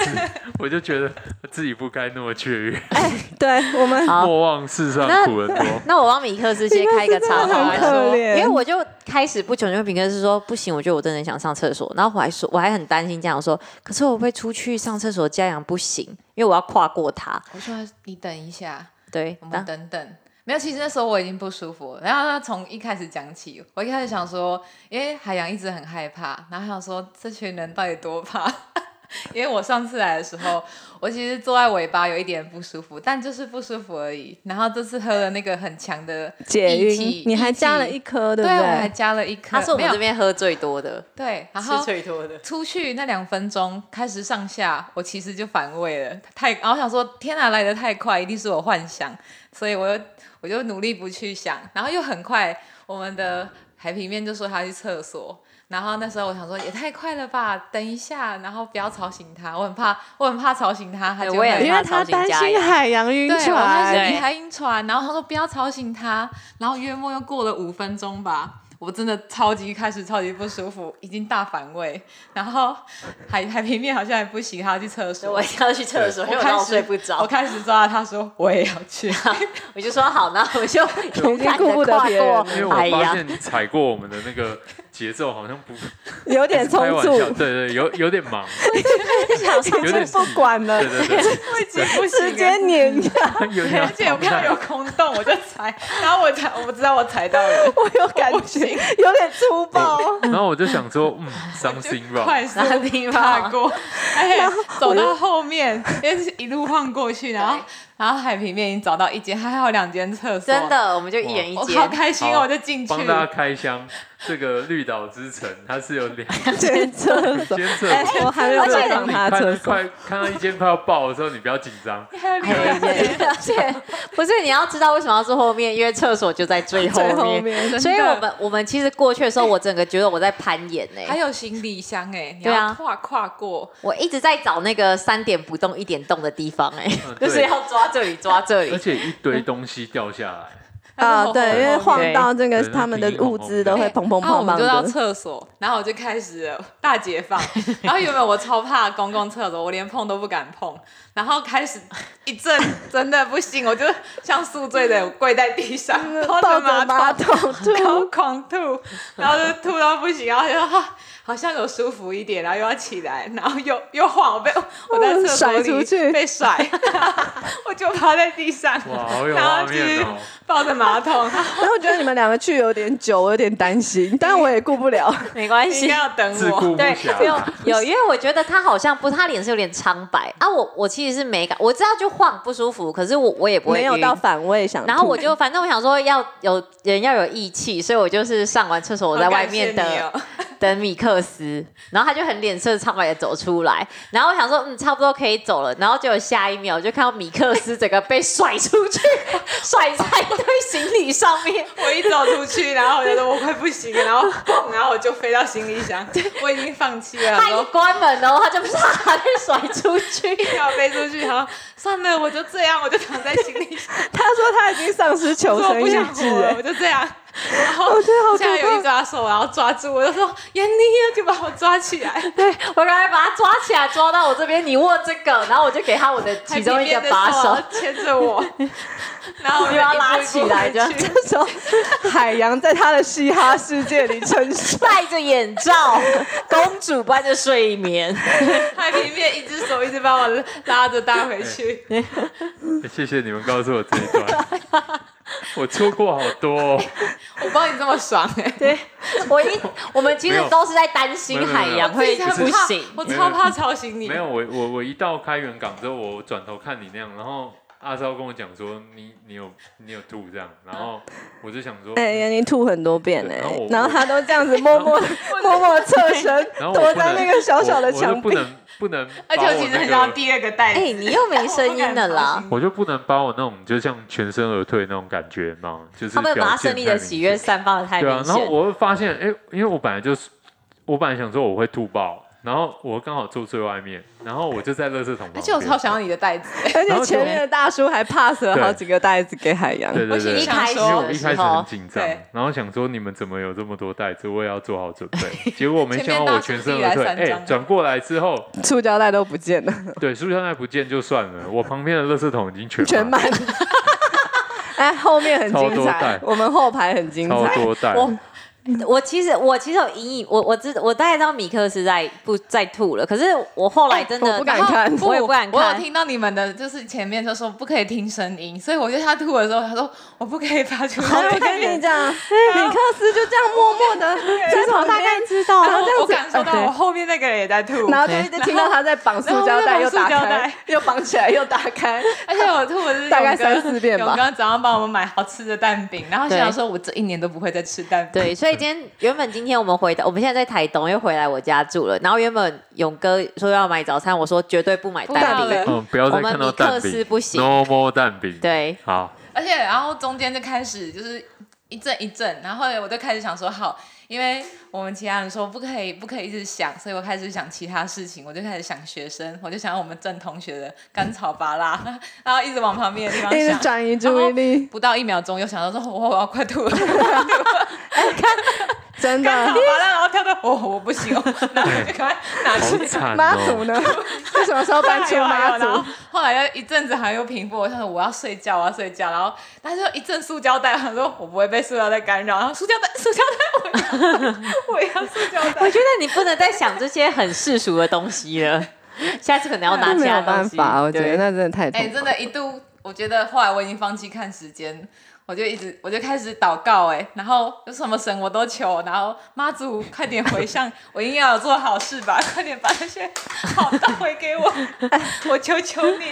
Speaker 1: 我就觉得自己不该那么雀跃，
Speaker 2: [LAUGHS] 对我们
Speaker 3: 好
Speaker 1: 莫忘世上
Speaker 3: 那
Speaker 1: 苦人多。
Speaker 3: 那我帮米克斯先开一个场
Speaker 2: 真的
Speaker 3: 我
Speaker 2: 很
Speaker 3: 来
Speaker 2: 可
Speaker 3: 说，
Speaker 2: 怜
Speaker 3: 因为我就开始不久，就米克斯说不行，我觉得我真的想上厕所，然后我还说我还很担心这样说，可是我会不会出去上厕所，家阳不行，因为我要跨过他，
Speaker 4: 我说你等一下，
Speaker 3: 对
Speaker 4: 我，
Speaker 3: 然
Speaker 4: 们
Speaker 3: 后
Speaker 4: 等等。没有，其实那时候我已经不舒服了。然后他从一开始讲起，我一开始想说，因为海洋一直很害怕，然后想说这群人到底多怕， [LAUGHS] 因为我上次来的时候，我其实坐在尾巴有一点不舒服，但就是不舒服而已。然后这次喝了那个很强的
Speaker 2: 解
Speaker 4: 益
Speaker 2: 晕，
Speaker 4: 气
Speaker 2: 你还加了
Speaker 4: 益
Speaker 2: 一
Speaker 4: 气
Speaker 2: 颗，
Speaker 4: 对
Speaker 2: 不
Speaker 4: 我还
Speaker 2: 对？
Speaker 4: 加了一颗，
Speaker 3: 他是我
Speaker 4: 没
Speaker 3: 们
Speaker 4: 有
Speaker 3: 这边喝最多的，
Speaker 4: 对，然
Speaker 3: 吃
Speaker 4: 后
Speaker 3: 最多的。
Speaker 4: 出去那两分钟开始上下，我其实就反胃了，太，然后我想说天啊，来的太快，一定是我幻想，所以我又我就努力不去想，然后又很快，我们的海平面就说他去厕所。然后那时候我想说也太快了吧，等一下，然后不要吵醒他，我很怕，我很怕吵醒他，他就
Speaker 3: 我也
Speaker 4: 会
Speaker 3: 很
Speaker 2: 因为他担心海洋晕
Speaker 4: 对，我开始
Speaker 2: 船，
Speaker 4: 还晕船，然后他说不要吵醒他，然后约莫又过了五分钟吧，我真的超级开始超级不舒服，已经大反胃，然后海海平面好像也不行，他要去厕所，
Speaker 3: 我一定要去厕所，因为我
Speaker 4: 开
Speaker 3: 怕我
Speaker 4: 始
Speaker 3: 睡不
Speaker 4: 我
Speaker 3: 着，
Speaker 4: 开始抓他说我也要去，
Speaker 3: 我就说好，那 [LAUGHS] 我就勇敢
Speaker 2: 顾
Speaker 3: 的
Speaker 2: 不得
Speaker 3: 跨
Speaker 2: 别人
Speaker 3: 过
Speaker 1: 因为我
Speaker 4: 哎
Speaker 3: 海
Speaker 1: 发
Speaker 3: 洋。
Speaker 1: 现你踩过我们的那个节奏，好像不
Speaker 2: [LAUGHS] 有点
Speaker 1: 开
Speaker 2: 冲
Speaker 1: 玩笑，
Speaker 2: 突，
Speaker 1: 对对，有有点忙，
Speaker 2: 想冲
Speaker 1: 有点
Speaker 2: 突不管了
Speaker 1: 对，对对，
Speaker 4: [LAUGHS] 我已经不
Speaker 2: 直
Speaker 4: 行
Speaker 2: 接
Speaker 4: 了。
Speaker 2: 碾压，
Speaker 1: 有点
Speaker 4: 而且我看到有空洞，我就踩，然后我踩，我不知道我踩到人，
Speaker 2: 我有感觉，有点粗暴。
Speaker 1: 然后我就想说，
Speaker 4: [LAUGHS]
Speaker 1: 嗯，something
Speaker 4: 就
Speaker 1: wrong，
Speaker 4: 快速
Speaker 3: 那地
Speaker 4: 踏
Speaker 3: 方
Speaker 4: 过，而且走
Speaker 2: 我就
Speaker 4: 到后面，因为是一路晃过去，然后然后海平面已经找到一间，还好两间厕所，
Speaker 3: 真，的，我们就一人一
Speaker 4: 我
Speaker 3: 间
Speaker 4: 好，开心哦，
Speaker 1: 好
Speaker 4: 我就进去，
Speaker 1: 帮大家开箱这个绿岛之城，它是有两
Speaker 2: 间厕所，
Speaker 1: 间厕
Speaker 2: [LAUGHS] 哎
Speaker 1: 所。，
Speaker 2: 我还没有
Speaker 3: 而且
Speaker 2: 拜
Speaker 1: 当
Speaker 2: 访
Speaker 1: 你
Speaker 2: 他
Speaker 1: 看
Speaker 2: 厕
Speaker 1: 到
Speaker 2: 所，
Speaker 1: 快看到一间快要爆的时候，你不要紧张，
Speaker 4: 还有
Speaker 3: 还有一
Speaker 4: 两间，
Speaker 3: 间，而且不是你要知道为什么要坐后面，因为厕所就在最后
Speaker 2: 最后
Speaker 3: 面。
Speaker 2: 面
Speaker 4: 真
Speaker 3: 所以
Speaker 4: 的
Speaker 3: 我们我们其实过去的时候，我整个觉得我在攀岩呢、
Speaker 4: 还有行李箱哎，你
Speaker 3: 对啊
Speaker 4: 要跨跨过，
Speaker 3: 我一直在找那个三点不动一点动的地方、哎、
Speaker 4: 啊
Speaker 1: 嗯
Speaker 3: 就是要抓这里抓这
Speaker 1: 而
Speaker 4: [LAUGHS]
Speaker 3: 里。
Speaker 1: 且一
Speaker 2: [LAUGHS]
Speaker 1: 堆东西掉下来，
Speaker 2: 啊，对，因为晃
Speaker 3: 对
Speaker 2: 到这个
Speaker 1: 对
Speaker 2: 他们的
Speaker 1: 那个
Speaker 2: 物资都会砰砰
Speaker 4: 哎然后
Speaker 2: 砰
Speaker 4: 我们
Speaker 2: 砰
Speaker 4: 就到
Speaker 2: 的。
Speaker 4: 厕所，然后我就开始了大解放。 [LAUGHS] 然后原本我超怕公共厕所，我连碰都不敢碰。然后开始一阵真的不行，我就像宿醉的跪在地上，拖
Speaker 2: [LAUGHS] 抱着
Speaker 4: 着
Speaker 2: 马
Speaker 4: 马桶，
Speaker 2: 桶
Speaker 3: [LAUGHS]
Speaker 2: 吐，
Speaker 4: 然后狂吐，然后就吐到不行，然后就啊好像有舒服一点，然后又要起来，然后又又晃，
Speaker 3: [LAUGHS]
Speaker 4: 我被我在厕所
Speaker 2: 甩出去
Speaker 4: 里被甩，我就趴在地上，
Speaker 1: 哇，好有
Speaker 4: 然
Speaker 1: 画
Speaker 4: 后继
Speaker 1: 面
Speaker 4: 续
Speaker 1: 哦！
Speaker 4: 抱着马桶，
Speaker 2: 然后我觉得你们两个去有点久，我有点担心，但我也顾不了。
Speaker 3: 没关
Speaker 4: 你应
Speaker 3: 系
Speaker 4: 该，要等
Speaker 1: 自
Speaker 4: 我。
Speaker 1: 顾不
Speaker 3: 对，不用
Speaker 1: 暇，
Speaker 3: 有，因为我觉得他好像不，他脸是有点苍白啊。我我其实是没感，我知道就晃不舒服，可是我我也不会
Speaker 2: 没有
Speaker 3: 晕
Speaker 2: 到反胃想吐，
Speaker 3: 然后我就反正我想说要有人要有义气，所以我就是上完厕所我在外面等、
Speaker 4: 好感谢你哦
Speaker 3: [LAUGHS] 等米克斯，然后他就很脸色苍白的走出来，然后我想说嗯差不多可以走了，然后结果下一秒我就看到米克斯整个被甩出去， [LAUGHS] 甩在一堆行李上面，
Speaker 4: 我一走出去，然后我觉得我快不行了，然后蹦，然后我就飞到行李箱，我已经放弃了，
Speaker 3: 他
Speaker 4: 然
Speaker 3: 一
Speaker 4: 后
Speaker 3: 关门然后他就 [LAUGHS] 啪被甩出去。
Speaker 4: 要飞出去，然后算了，我就这样，我就躺在行李箱，
Speaker 2: 他说他已经丧失求
Speaker 4: 我说我
Speaker 2: 生
Speaker 4: 不
Speaker 2: 意
Speaker 4: 想
Speaker 2: 志
Speaker 4: 活了，
Speaker 2: 哎
Speaker 4: 我就这样。然后
Speaker 3: 哦
Speaker 2: 我觉得好可怕
Speaker 4: 现在有一抓手，然后抓住我，就说闫妮就把我抓起来，
Speaker 3: 对，我赶快把他抓起来，抓到我这边，你握这个，然后我就给他我的其中一个把手
Speaker 4: 还， [LAUGHS] 牵着我，然后我
Speaker 3: 又要拉
Speaker 4: 就一步一步
Speaker 3: 起来这样
Speaker 4: 回去
Speaker 2: 这时候海洋在他的嘻哈世界里沉睡，
Speaker 3: [LAUGHS] 戴着眼罩，公主般的睡眠。
Speaker 4: 海平面一只手一直把我拉着带回去，
Speaker 1: 哎谢谢你们告诉我这一段，我错过好多哦。
Speaker 4: 我帮你这么爽哎、
Speaker 3: 对，
Speaker 1: [LAUGHS]
Speaker 3: 我一我们其
Speaker 1: 没
Speaker 3: 实
Speaker 1: 有
Speaker 3: 都是在担心海洋
Speaker 4: 我自
Speaker 3: 会
Speaker 4: 己才
Speaker 3: 不
Speaker 4: 怕
Speaker 3: 行，
Speaker 4: 我超怕吵醒你。
Speaker 1: 没有，我我我一到开元港之后，我转头看你那样，然后阿超跟我讲说你你有你有吐这样，然后我就想说，
Speaker 2: 哎，
Speaker 1: 嗯
Speaker 2: 眼睛吐很多遍哎
Speaker 1: 然后我，
Speaker 2: 然后他都这样子默默 [LAUGHS] 默默侧身
Speaker 1: 然后我
Speaker 2: 躲
Speaker 1: 不能
Speaker 2: 在那个小小的
Speaker 1: 我我就
Speaker 2: 墙
Speaker 1: 不
Speaker 2: 壁，
Speaker 1: 能不能，
Speaker 4: 而且我其实很想要。第二个袋子。
Speaker 3: 哎、你又没声音了
Speaker 4: [LAUGHS]
Speaker 3: 啦。
Speaker 1: 我就不能把我那种就像全身而退那种感觉嘛，就是
Speaker 3: 他们把
Speaker 1: 表
Speaker 3: 他
Speaker 1: 现
Speaker 3: 胜利
Speaker 1: 太
Speaker 3: 的
Speaker 1: 明
Speaker 3: 喜
Speaker 1: 显
Speaker 3: 悦散发的太
Speaker 1: 对啊
Speaker 3: 明，
Speaker 1: 然后
Speaker 3: 显。
Speaker 1: 我会发现，哎、因为我本来就是，我本来想说我会吐爆，然后我刚好坐最外面，然后我就在垃圾桶旁边。
Speaker 4: 而且我超想要你的袋子，
Speaker 2: 而
Speaker 1: 然
Speaker 2: 且
Speaker 1: 后
Speaker 2: 前
Speaker 1: 就
Speaker 2: 面的大叔还 pass 了
Speaker 1: 对
Speaker 2: 好几个袋子给海洋，
Speaker 1: 对对
Speaker 4: 我心
Speaker 1: 对，
Speaker 4: 里
Speaker 1: 因
Speaker 3: 一
Speaker 4: 想
Speaker 3: 开始
Speaker 1: 为
Speaker 4: 说
Speaker 1: 我
Speaker 3: 的
Speaker 1: 一
Speaker 3: 时
Speaker 1: 开始很
Speaker 3: 候，
Speaker 1: 紧张
Speaker 4: 对，
Speaker 1: 然后想说你们怎么有这么多袋子，我也要做好准备。结果没想
Speaker 4: 前面
Speaker 1: 到我
Speaker 4: 大
Speaker 1: 全
Speaker 4: 叔
Speaker 1: 身
Speaker 4: 递
Speaker 1: 而
Speaker 4: 来
Speaker 1: 退，
Speaker 4: 三
Speaker 1: 哎、
Speaker 4: 张
Speaker 1: 转过来之后，
Speaker 2: 塑胶袋都不见了，
Speaker 1: 对，塑胶袋不见就算了，我旁边的垃圾桶已经全
Speaker 2: 全
Speaker 1: 满
Speaker 2: 满。
Speaker 1: [LAUGHS]
Speaker 2: 哎，后面很
Speaker 1: 超
Speaker 2: 精
Speaker 1: 多
Speaker 2: 彩
Speaker 1: 袋，
Speaker 2: 我们后排很
Speaker 1: [LAUGHS]
Speaker 2: 精
Speaker 1: 超
Speaker 2: 彩。
Speaker 1: 多袋，
Speaker 3: 我我其实我其实有隐隐，我我知我大概知道米克是在不在吐了，可是我后
Speaker 4: 哎
Speaker 3: 来真的、
Speaker 2: 我不敢看
Speaker 3: 我也不敢
Speaker 4: 我有
Speaker 3: 看。
Speaker 4: 听到你们的，就是前面就说不可以听声音，所以我就他吐的时候，他说我不可以发出
Speaker 2: 然后
Speaker 4: 来
Speaker 2: [LAUGHS] 哎我跟
Speaker 4: [LAUGHS]
Speaker 2: 你
Speaker 4: 哎
Speaker 2: 讲，米克斯就这样默默的在
Speaker 3: 我
Speaker 2: 旁
Speaker 3: 大
Speaker 2: 边
Speaker 3: 概，知道，
Speaker 2: 然后这样
Speaker 4: 我
Speaker 2: 子
Speaker 4: 感受到我后面那个人也在吐，
Speaker 2: 然后就一直听到他在绑塑胶带，
Speaker 4: 然后
Speaker 2: 又打
Speaker 4: 然后
Speaker 2: 开
Speaker 4: 我在绑塑胶带，
Speaker 2: 又绑起来，又打开。
Speaker 4: [LAUGHS] 而且我吐的是
Speaker 2: 大概
Speaker 4: 勇
Speaker 2: 三
Speaker 4: 哥
Speaker 2: 四遍吧
Speaker 4: 勇哥早上帮我们买好吃的蛋饼，然后
Speaker 3: 对
Speaker 4: 心想说我这一年都不会再吃蛋饼。
Speaker 3: 对，所以今天原本今天我们回到，我们现在在台东又回来我家住了。然后原本勇哥说要买早餐，我说绝对不买
Speaker 4: 不要
Speaker 3: 蛋饼
Speaker 4: 了。
Speaker 1: 嗯，不要再
Speaker 3: 我们
Speaker 1: 看到
Speaker 3: 米克
Speaker 1: 蛋
Speaker 3: 斯
Speaker 1: 饼，
Speaker 3: 不行
Speaker 1: No more 蛋饼。，
Speaker 3: 对，
Speaker 1: 好，
Speaker 4: 而且然后中间就开始就是一阵一阵，然后后来我就开始想说好，因为我们其他人说不可以不可以一直想，所以我开始想其他事情，我就开始想学生，我就想我们郑同学的甘草拔拉，然后一直往旁边的地方
Speaker 2: 一直
Speaker 4: 想，
Speaker 2: 转移注意力，
Speaker 4: 不到一秒钟又想到说哦我我要快
Speaker 2: [LAUGHS]
Speaker 4: 吐了， [LAUGHS]
Speaker 2: 真
Speaker 4: 甘
Speaker 2: 的
Speaker 4: 草。拔拉，然后跳到我我不行，然后我就赶快拿
Speaker 1: 好
Speaker 4: 去。
Speaker 1: 惨
Speaker 2: 妈祖
Speaker 1: 哦。
Speaker 2: 呢？ [LAUGHS] 是什么时候搬出妈
Speaker 3: [LAUGHS]
Speaker 4: 然后
Speaker 2: 祖？
Speaker 4: 哎后来又一阵子好像又平复，我想说我要睡觉，我要睡觉，然后但是又一阵塑胶袋，我想说我不会被塑胶袋干扰，然后塑胶袋塑胶袋我要我要塑胶
Speaker 3: 我
Speaker 4: 袋，
Speaker 3: 觉得你不能再想这些很世俗的东西了， [LAUGHS] 下次可能要拿
Speaker 2: 那
Speaker 3: 其
Speaker 2: 没
Speaker 3: 他
Speaker 2: 有
Speaker 3: 东
Speaker 2: 办
Speaker 3: 西。
Speaker 2: 法，我觉得
Speaker 3: 对
Speaker 2: 那真的太痛
Speaker 4: [LAUGHS] 哎、
Speaker 2: 苦。
Speaker 4: 真的，一度我觉得后来我已经放弃看时间。我就一直我就开始祷告哎、然后有什么神我都求，然后妈祖快点回向，我一定要有做好事吧，快点把那些好倒回给我， [LAUGHS] 我求求你。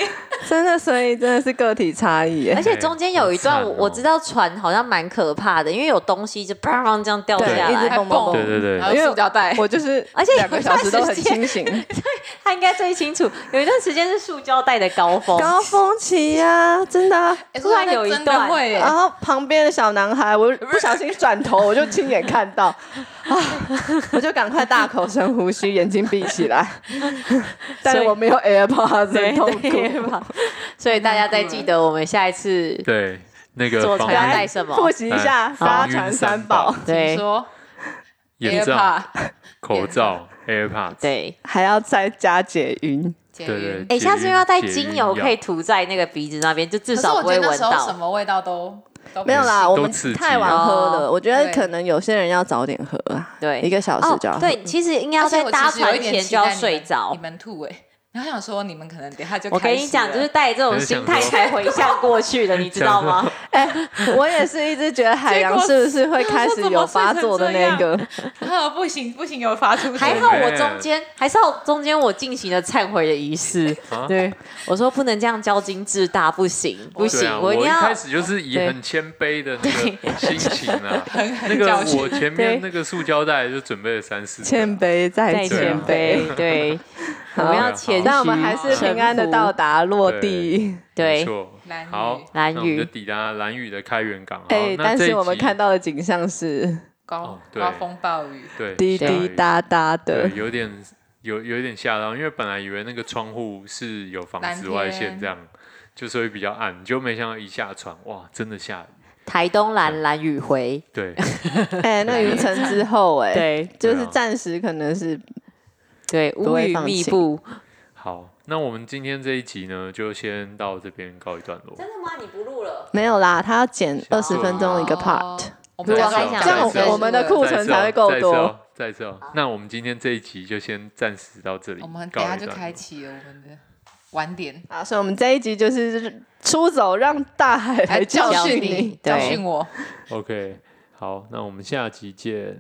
Speaker 2: 真的，所以真的是个体差异耶
Speaker 3: 而。且中间有一
Speaker 1: 好
Speaker 3: 段
Speaker 1: 惨
Speaker 3: 我
Speaker 1: 哦
Speaker 3: 我知道船好像蛮可怕的，因为有东西就砰砰这样掉
Speaker 2: 对
Speaker 3: 下
Speaker 2: 一直
Speaker 3: 来。
Speaker 2: 蹦蹦蹦
Speaker 1: 对对对
Speaker 4: 然后塑胶袋，
Speaker 2: 我就是，
Speaker 3: 哎而且有
Speaker 2: 两个小时都很
Speaker 3: [LAUGHS]
Speaker 2: 清醒，
Speaker 3: 他应该最清楚，有一段时间是塑胶袋的高峰。
Speaker 2: 高峰期呀、真的啊、
Speaker 4: 哎
Speaker 3: 突然有一
Speaker 4: 真的
Speaker 3: 段
Speaker 4: 会、欸，
Speaker 2: 然后旁边的小男孩，我不小心转头，我就亲眼看
Speaker 3: [LAUGHS]
Speaker 2: 到，啊，啊我就赶快大口深呼吸，眼睛闭起
Speaker 3: [LAUGHS]
Speaker 2: 来。但是我没有 AirPods，很痛
Speaker 3: 对
Speaker 2: 苦。
Speaker 3: 吧？所以大家再记得我们下一次
Speaker 1: 对，那
Speaker 3: 做
Speaker 1: 个
Speaker 3: 菜
Speaker 1: 防
Speaker 3: 要
Speaker 1: 疫
Speaker 3: 带什么
Speaker 2: 复习一下
Speaker 1: 哎
Speaker 2: 沙
Speaker 1: 防
Speaker 2: 船
Speaker 1: 晕
Speaker 2: 三
Speaker 1: 三
Speaker 2: 宝
Speaker 1: 宝，
Speaker 4: 你
Speaker 3: 对
Speaker 4: 说
Speaker 1: 眼
Speaker 4: AirPod
Speaker 1: 罩、口罩、AirPods。
Speaker 3: 对。
Speaker 2: 还要再加解晕。
Speaker 4: 对
Speaker 1: 对对
Speaker 3: 哎，下次要带精油，
Speaker 1: 解晕药
Speaker 3: 可以涂在那个鼻子那边，就至
Speaker 4: 可是
Speaker 3: 少
Speaker 4: 我
Speaker 3: 不
Speaker 4: 觉
Speaker 3: 会
Speaker 4: 得那
Speaker 3: 闻
Speaker 4: 时候什
Speaker 3: 到。
Speaker 4: 么味道都都
Speaker 2: 没有啦，
Speaker 1: 都
Speaker 2: 我们
Speaker 1: 刺激啊
Speaker 2: 太晚喝了。
Speaker 3: 哦
Speaker 2: 我觉得
Speaker 4: 对
Speaker 2: 可能有些人要早点喝啊，
Speaker 3: 对
Speaker 2: 一个小时
Speaker 3: 哦
Speaker 2: 就要，喝。
Speaker 3: 对，其实应该要
Speaker 4: 而且
Speaker 3: 在
Speaker 4: 我
Speaker 3: 搭
Speaker 4: 其实有
Speaker 3: 船
Speaker 4: 一点
Speaker 3: 前
Speaker 4: 期
Speaker 3: 就
Speaker 4: 待
Speaker 3: 要
Speaker 4: 你们
Speaker 3: 睡着
Speaker 4: 你。们吐哎、 [LAUGHS] 然后想说你们可能等一下就
Speaker 3: 我跟你讲，就是带着这种心
Speaker 1: 我
Speaker 3: 态
Speaker 1: 就想说
Speaker 3: 才回向过去的，你知道吗？
Speaker 2: 哎、我也是一直觉得海洋是不是会开始有发作的那个？
Speaker 4: 啊不行不行，有发出声
Speaker 3: [LAUGHS] 还
Speaker 4: 音
Speaker 3: 好我中间，还是好中间我进行了忏悔的仪式。
Speaker 1: 啊
Speaker 3: 对，我说不能这样骄矜自大，不行不
Speaker 1: 对
Speaker 3: 行，
Speaker 1: 啊，
Speaker 3: 一
Speaker 1: 我
Speaker 3: 定
Speaker 1: 一
Speaker 3: 要
Speaker 1: 开。始就是以
Speaker 3: 对
Speaker 1: 很谦卑的那个心情
Speaker 3: [LAUGHS]
Speaker 1: 啊，那
Speaker 4: 很
Speaker 1: 个
Speaker 4: 教训
Speaker 1: 我前
Speaker 3: 对
Speaker 1: 面那个塑胶袋就准备了三四个，
Speaker 2: 谦卑
Speaker 3: 再
Speaker 2: 再
Speaker 1: 对
Speaker 2: 谦
Speaker 1: 啊
Speaker 3: 谦
Speaker 2: 卑。
Speaker 1: [LAUGHS]
Speaker 3: 卑，对，我们要谦虚。
Speaker 2: 但我们还是平安的到达落地。
Speaker 1: 没
Speaker 3: 对，
Speaker 1: 错
Speaker 4: 蓝屿，
Speaker 1: 好，
Speaker 3: 蓝屿
Speaker 1: 那我们就抵达蓝屿的开源港。
Speaker 2: [LAUGHS] 哎、
Speaker 1: 好那
Speaker 2: 但
Speaker 1: 这一
Speaker 2: 是我们
Speaker 1: 集
Speaker 2: 看到的景象是
Speaker 4: 高、
Speaker 1: 哦对
Speaker 4: 高风暴雨，
Speaker 1: 对
Speaker 2: 滴
Speaker 1: 下
Speaker 2: 滴
Speaker 1: 雨
Speaker 2: 答答的
Speaker 1: 对，，有点有有点吓到，因为本来以为那个窗户是有防
Speaker 4: 蓝
Speaker 1: 紫外线
Speaker 4: 天
Speaker 1: 这样，就是会比较暗，就没想到一下船，哇，真的下雨。
Speaker 3: 台东蓝蓝雨回，
Speaker 1: 对，
Speaker 4: [LAUGHS]
Speaker 2: 哎、那云层之后、哎，，
Speaker 3: 对
Speaker 2: 就是
Speaker 1: 对啊
Speaker 2: 暂时可能是
Speaker 3: 对，
Speaker 2: 不
Speaker 3: 乌
Speaker 2: 会
Speaker 3: 云
Speaker 2: 放
Speaker 3: 密
Speaker 2: 弃
Speaker 3: 布。
Speaker 1: 好，那我们今天这一集呢，就先到这边告一段落。
Speaker 3: 真的吗？你不录了？
Speaker 2: 没有啦，他要剪二十
Speaker 1: 哦
Speaker 2: 分钟一个 part。
Speaker 4: 哦我
Speaker 1: 如
Speaker 4: 们
Speaker 1: 果
Speaker 3: 啊
Speaker 4: 刚
Speaker 1: 还想
Speaker 4: 刚讲
Speaker 2: 这样
Speaker 1: 再次
Speaker 2: 我们的库
Speaker 1: 再一
Speaker 2: 存
Speaker 1: 次哦
Speaker 2: 才会够
Speaker 1: 再一次
Speaker 2: 多。
Speaker 1: 哦再一次哦，那我们今天这一集就先暂时到这里，
Speaker 4: 我们
Speaker 1: 告
Speaker 4: 等一下
Speaker 1: 一
Speaker 4: 就
Speaker 1: 段
Speaker 4: 开
Speaker 1: 落。
Speaker 4: 启了我们的晚点，
Speaker 2: 啊，所以我们这一集就是出走，让大海来
Speaker 4: 来
Speaker 2: 教
Speaker 4: 哎教
Speaker 2: 训
Speaker 4: 训
Speaker 2: 你
Speaker 4: 你，
Speaker 3: 对
Speaker 4: 教训我。
Speaker 1: OK，好，那我们下集见。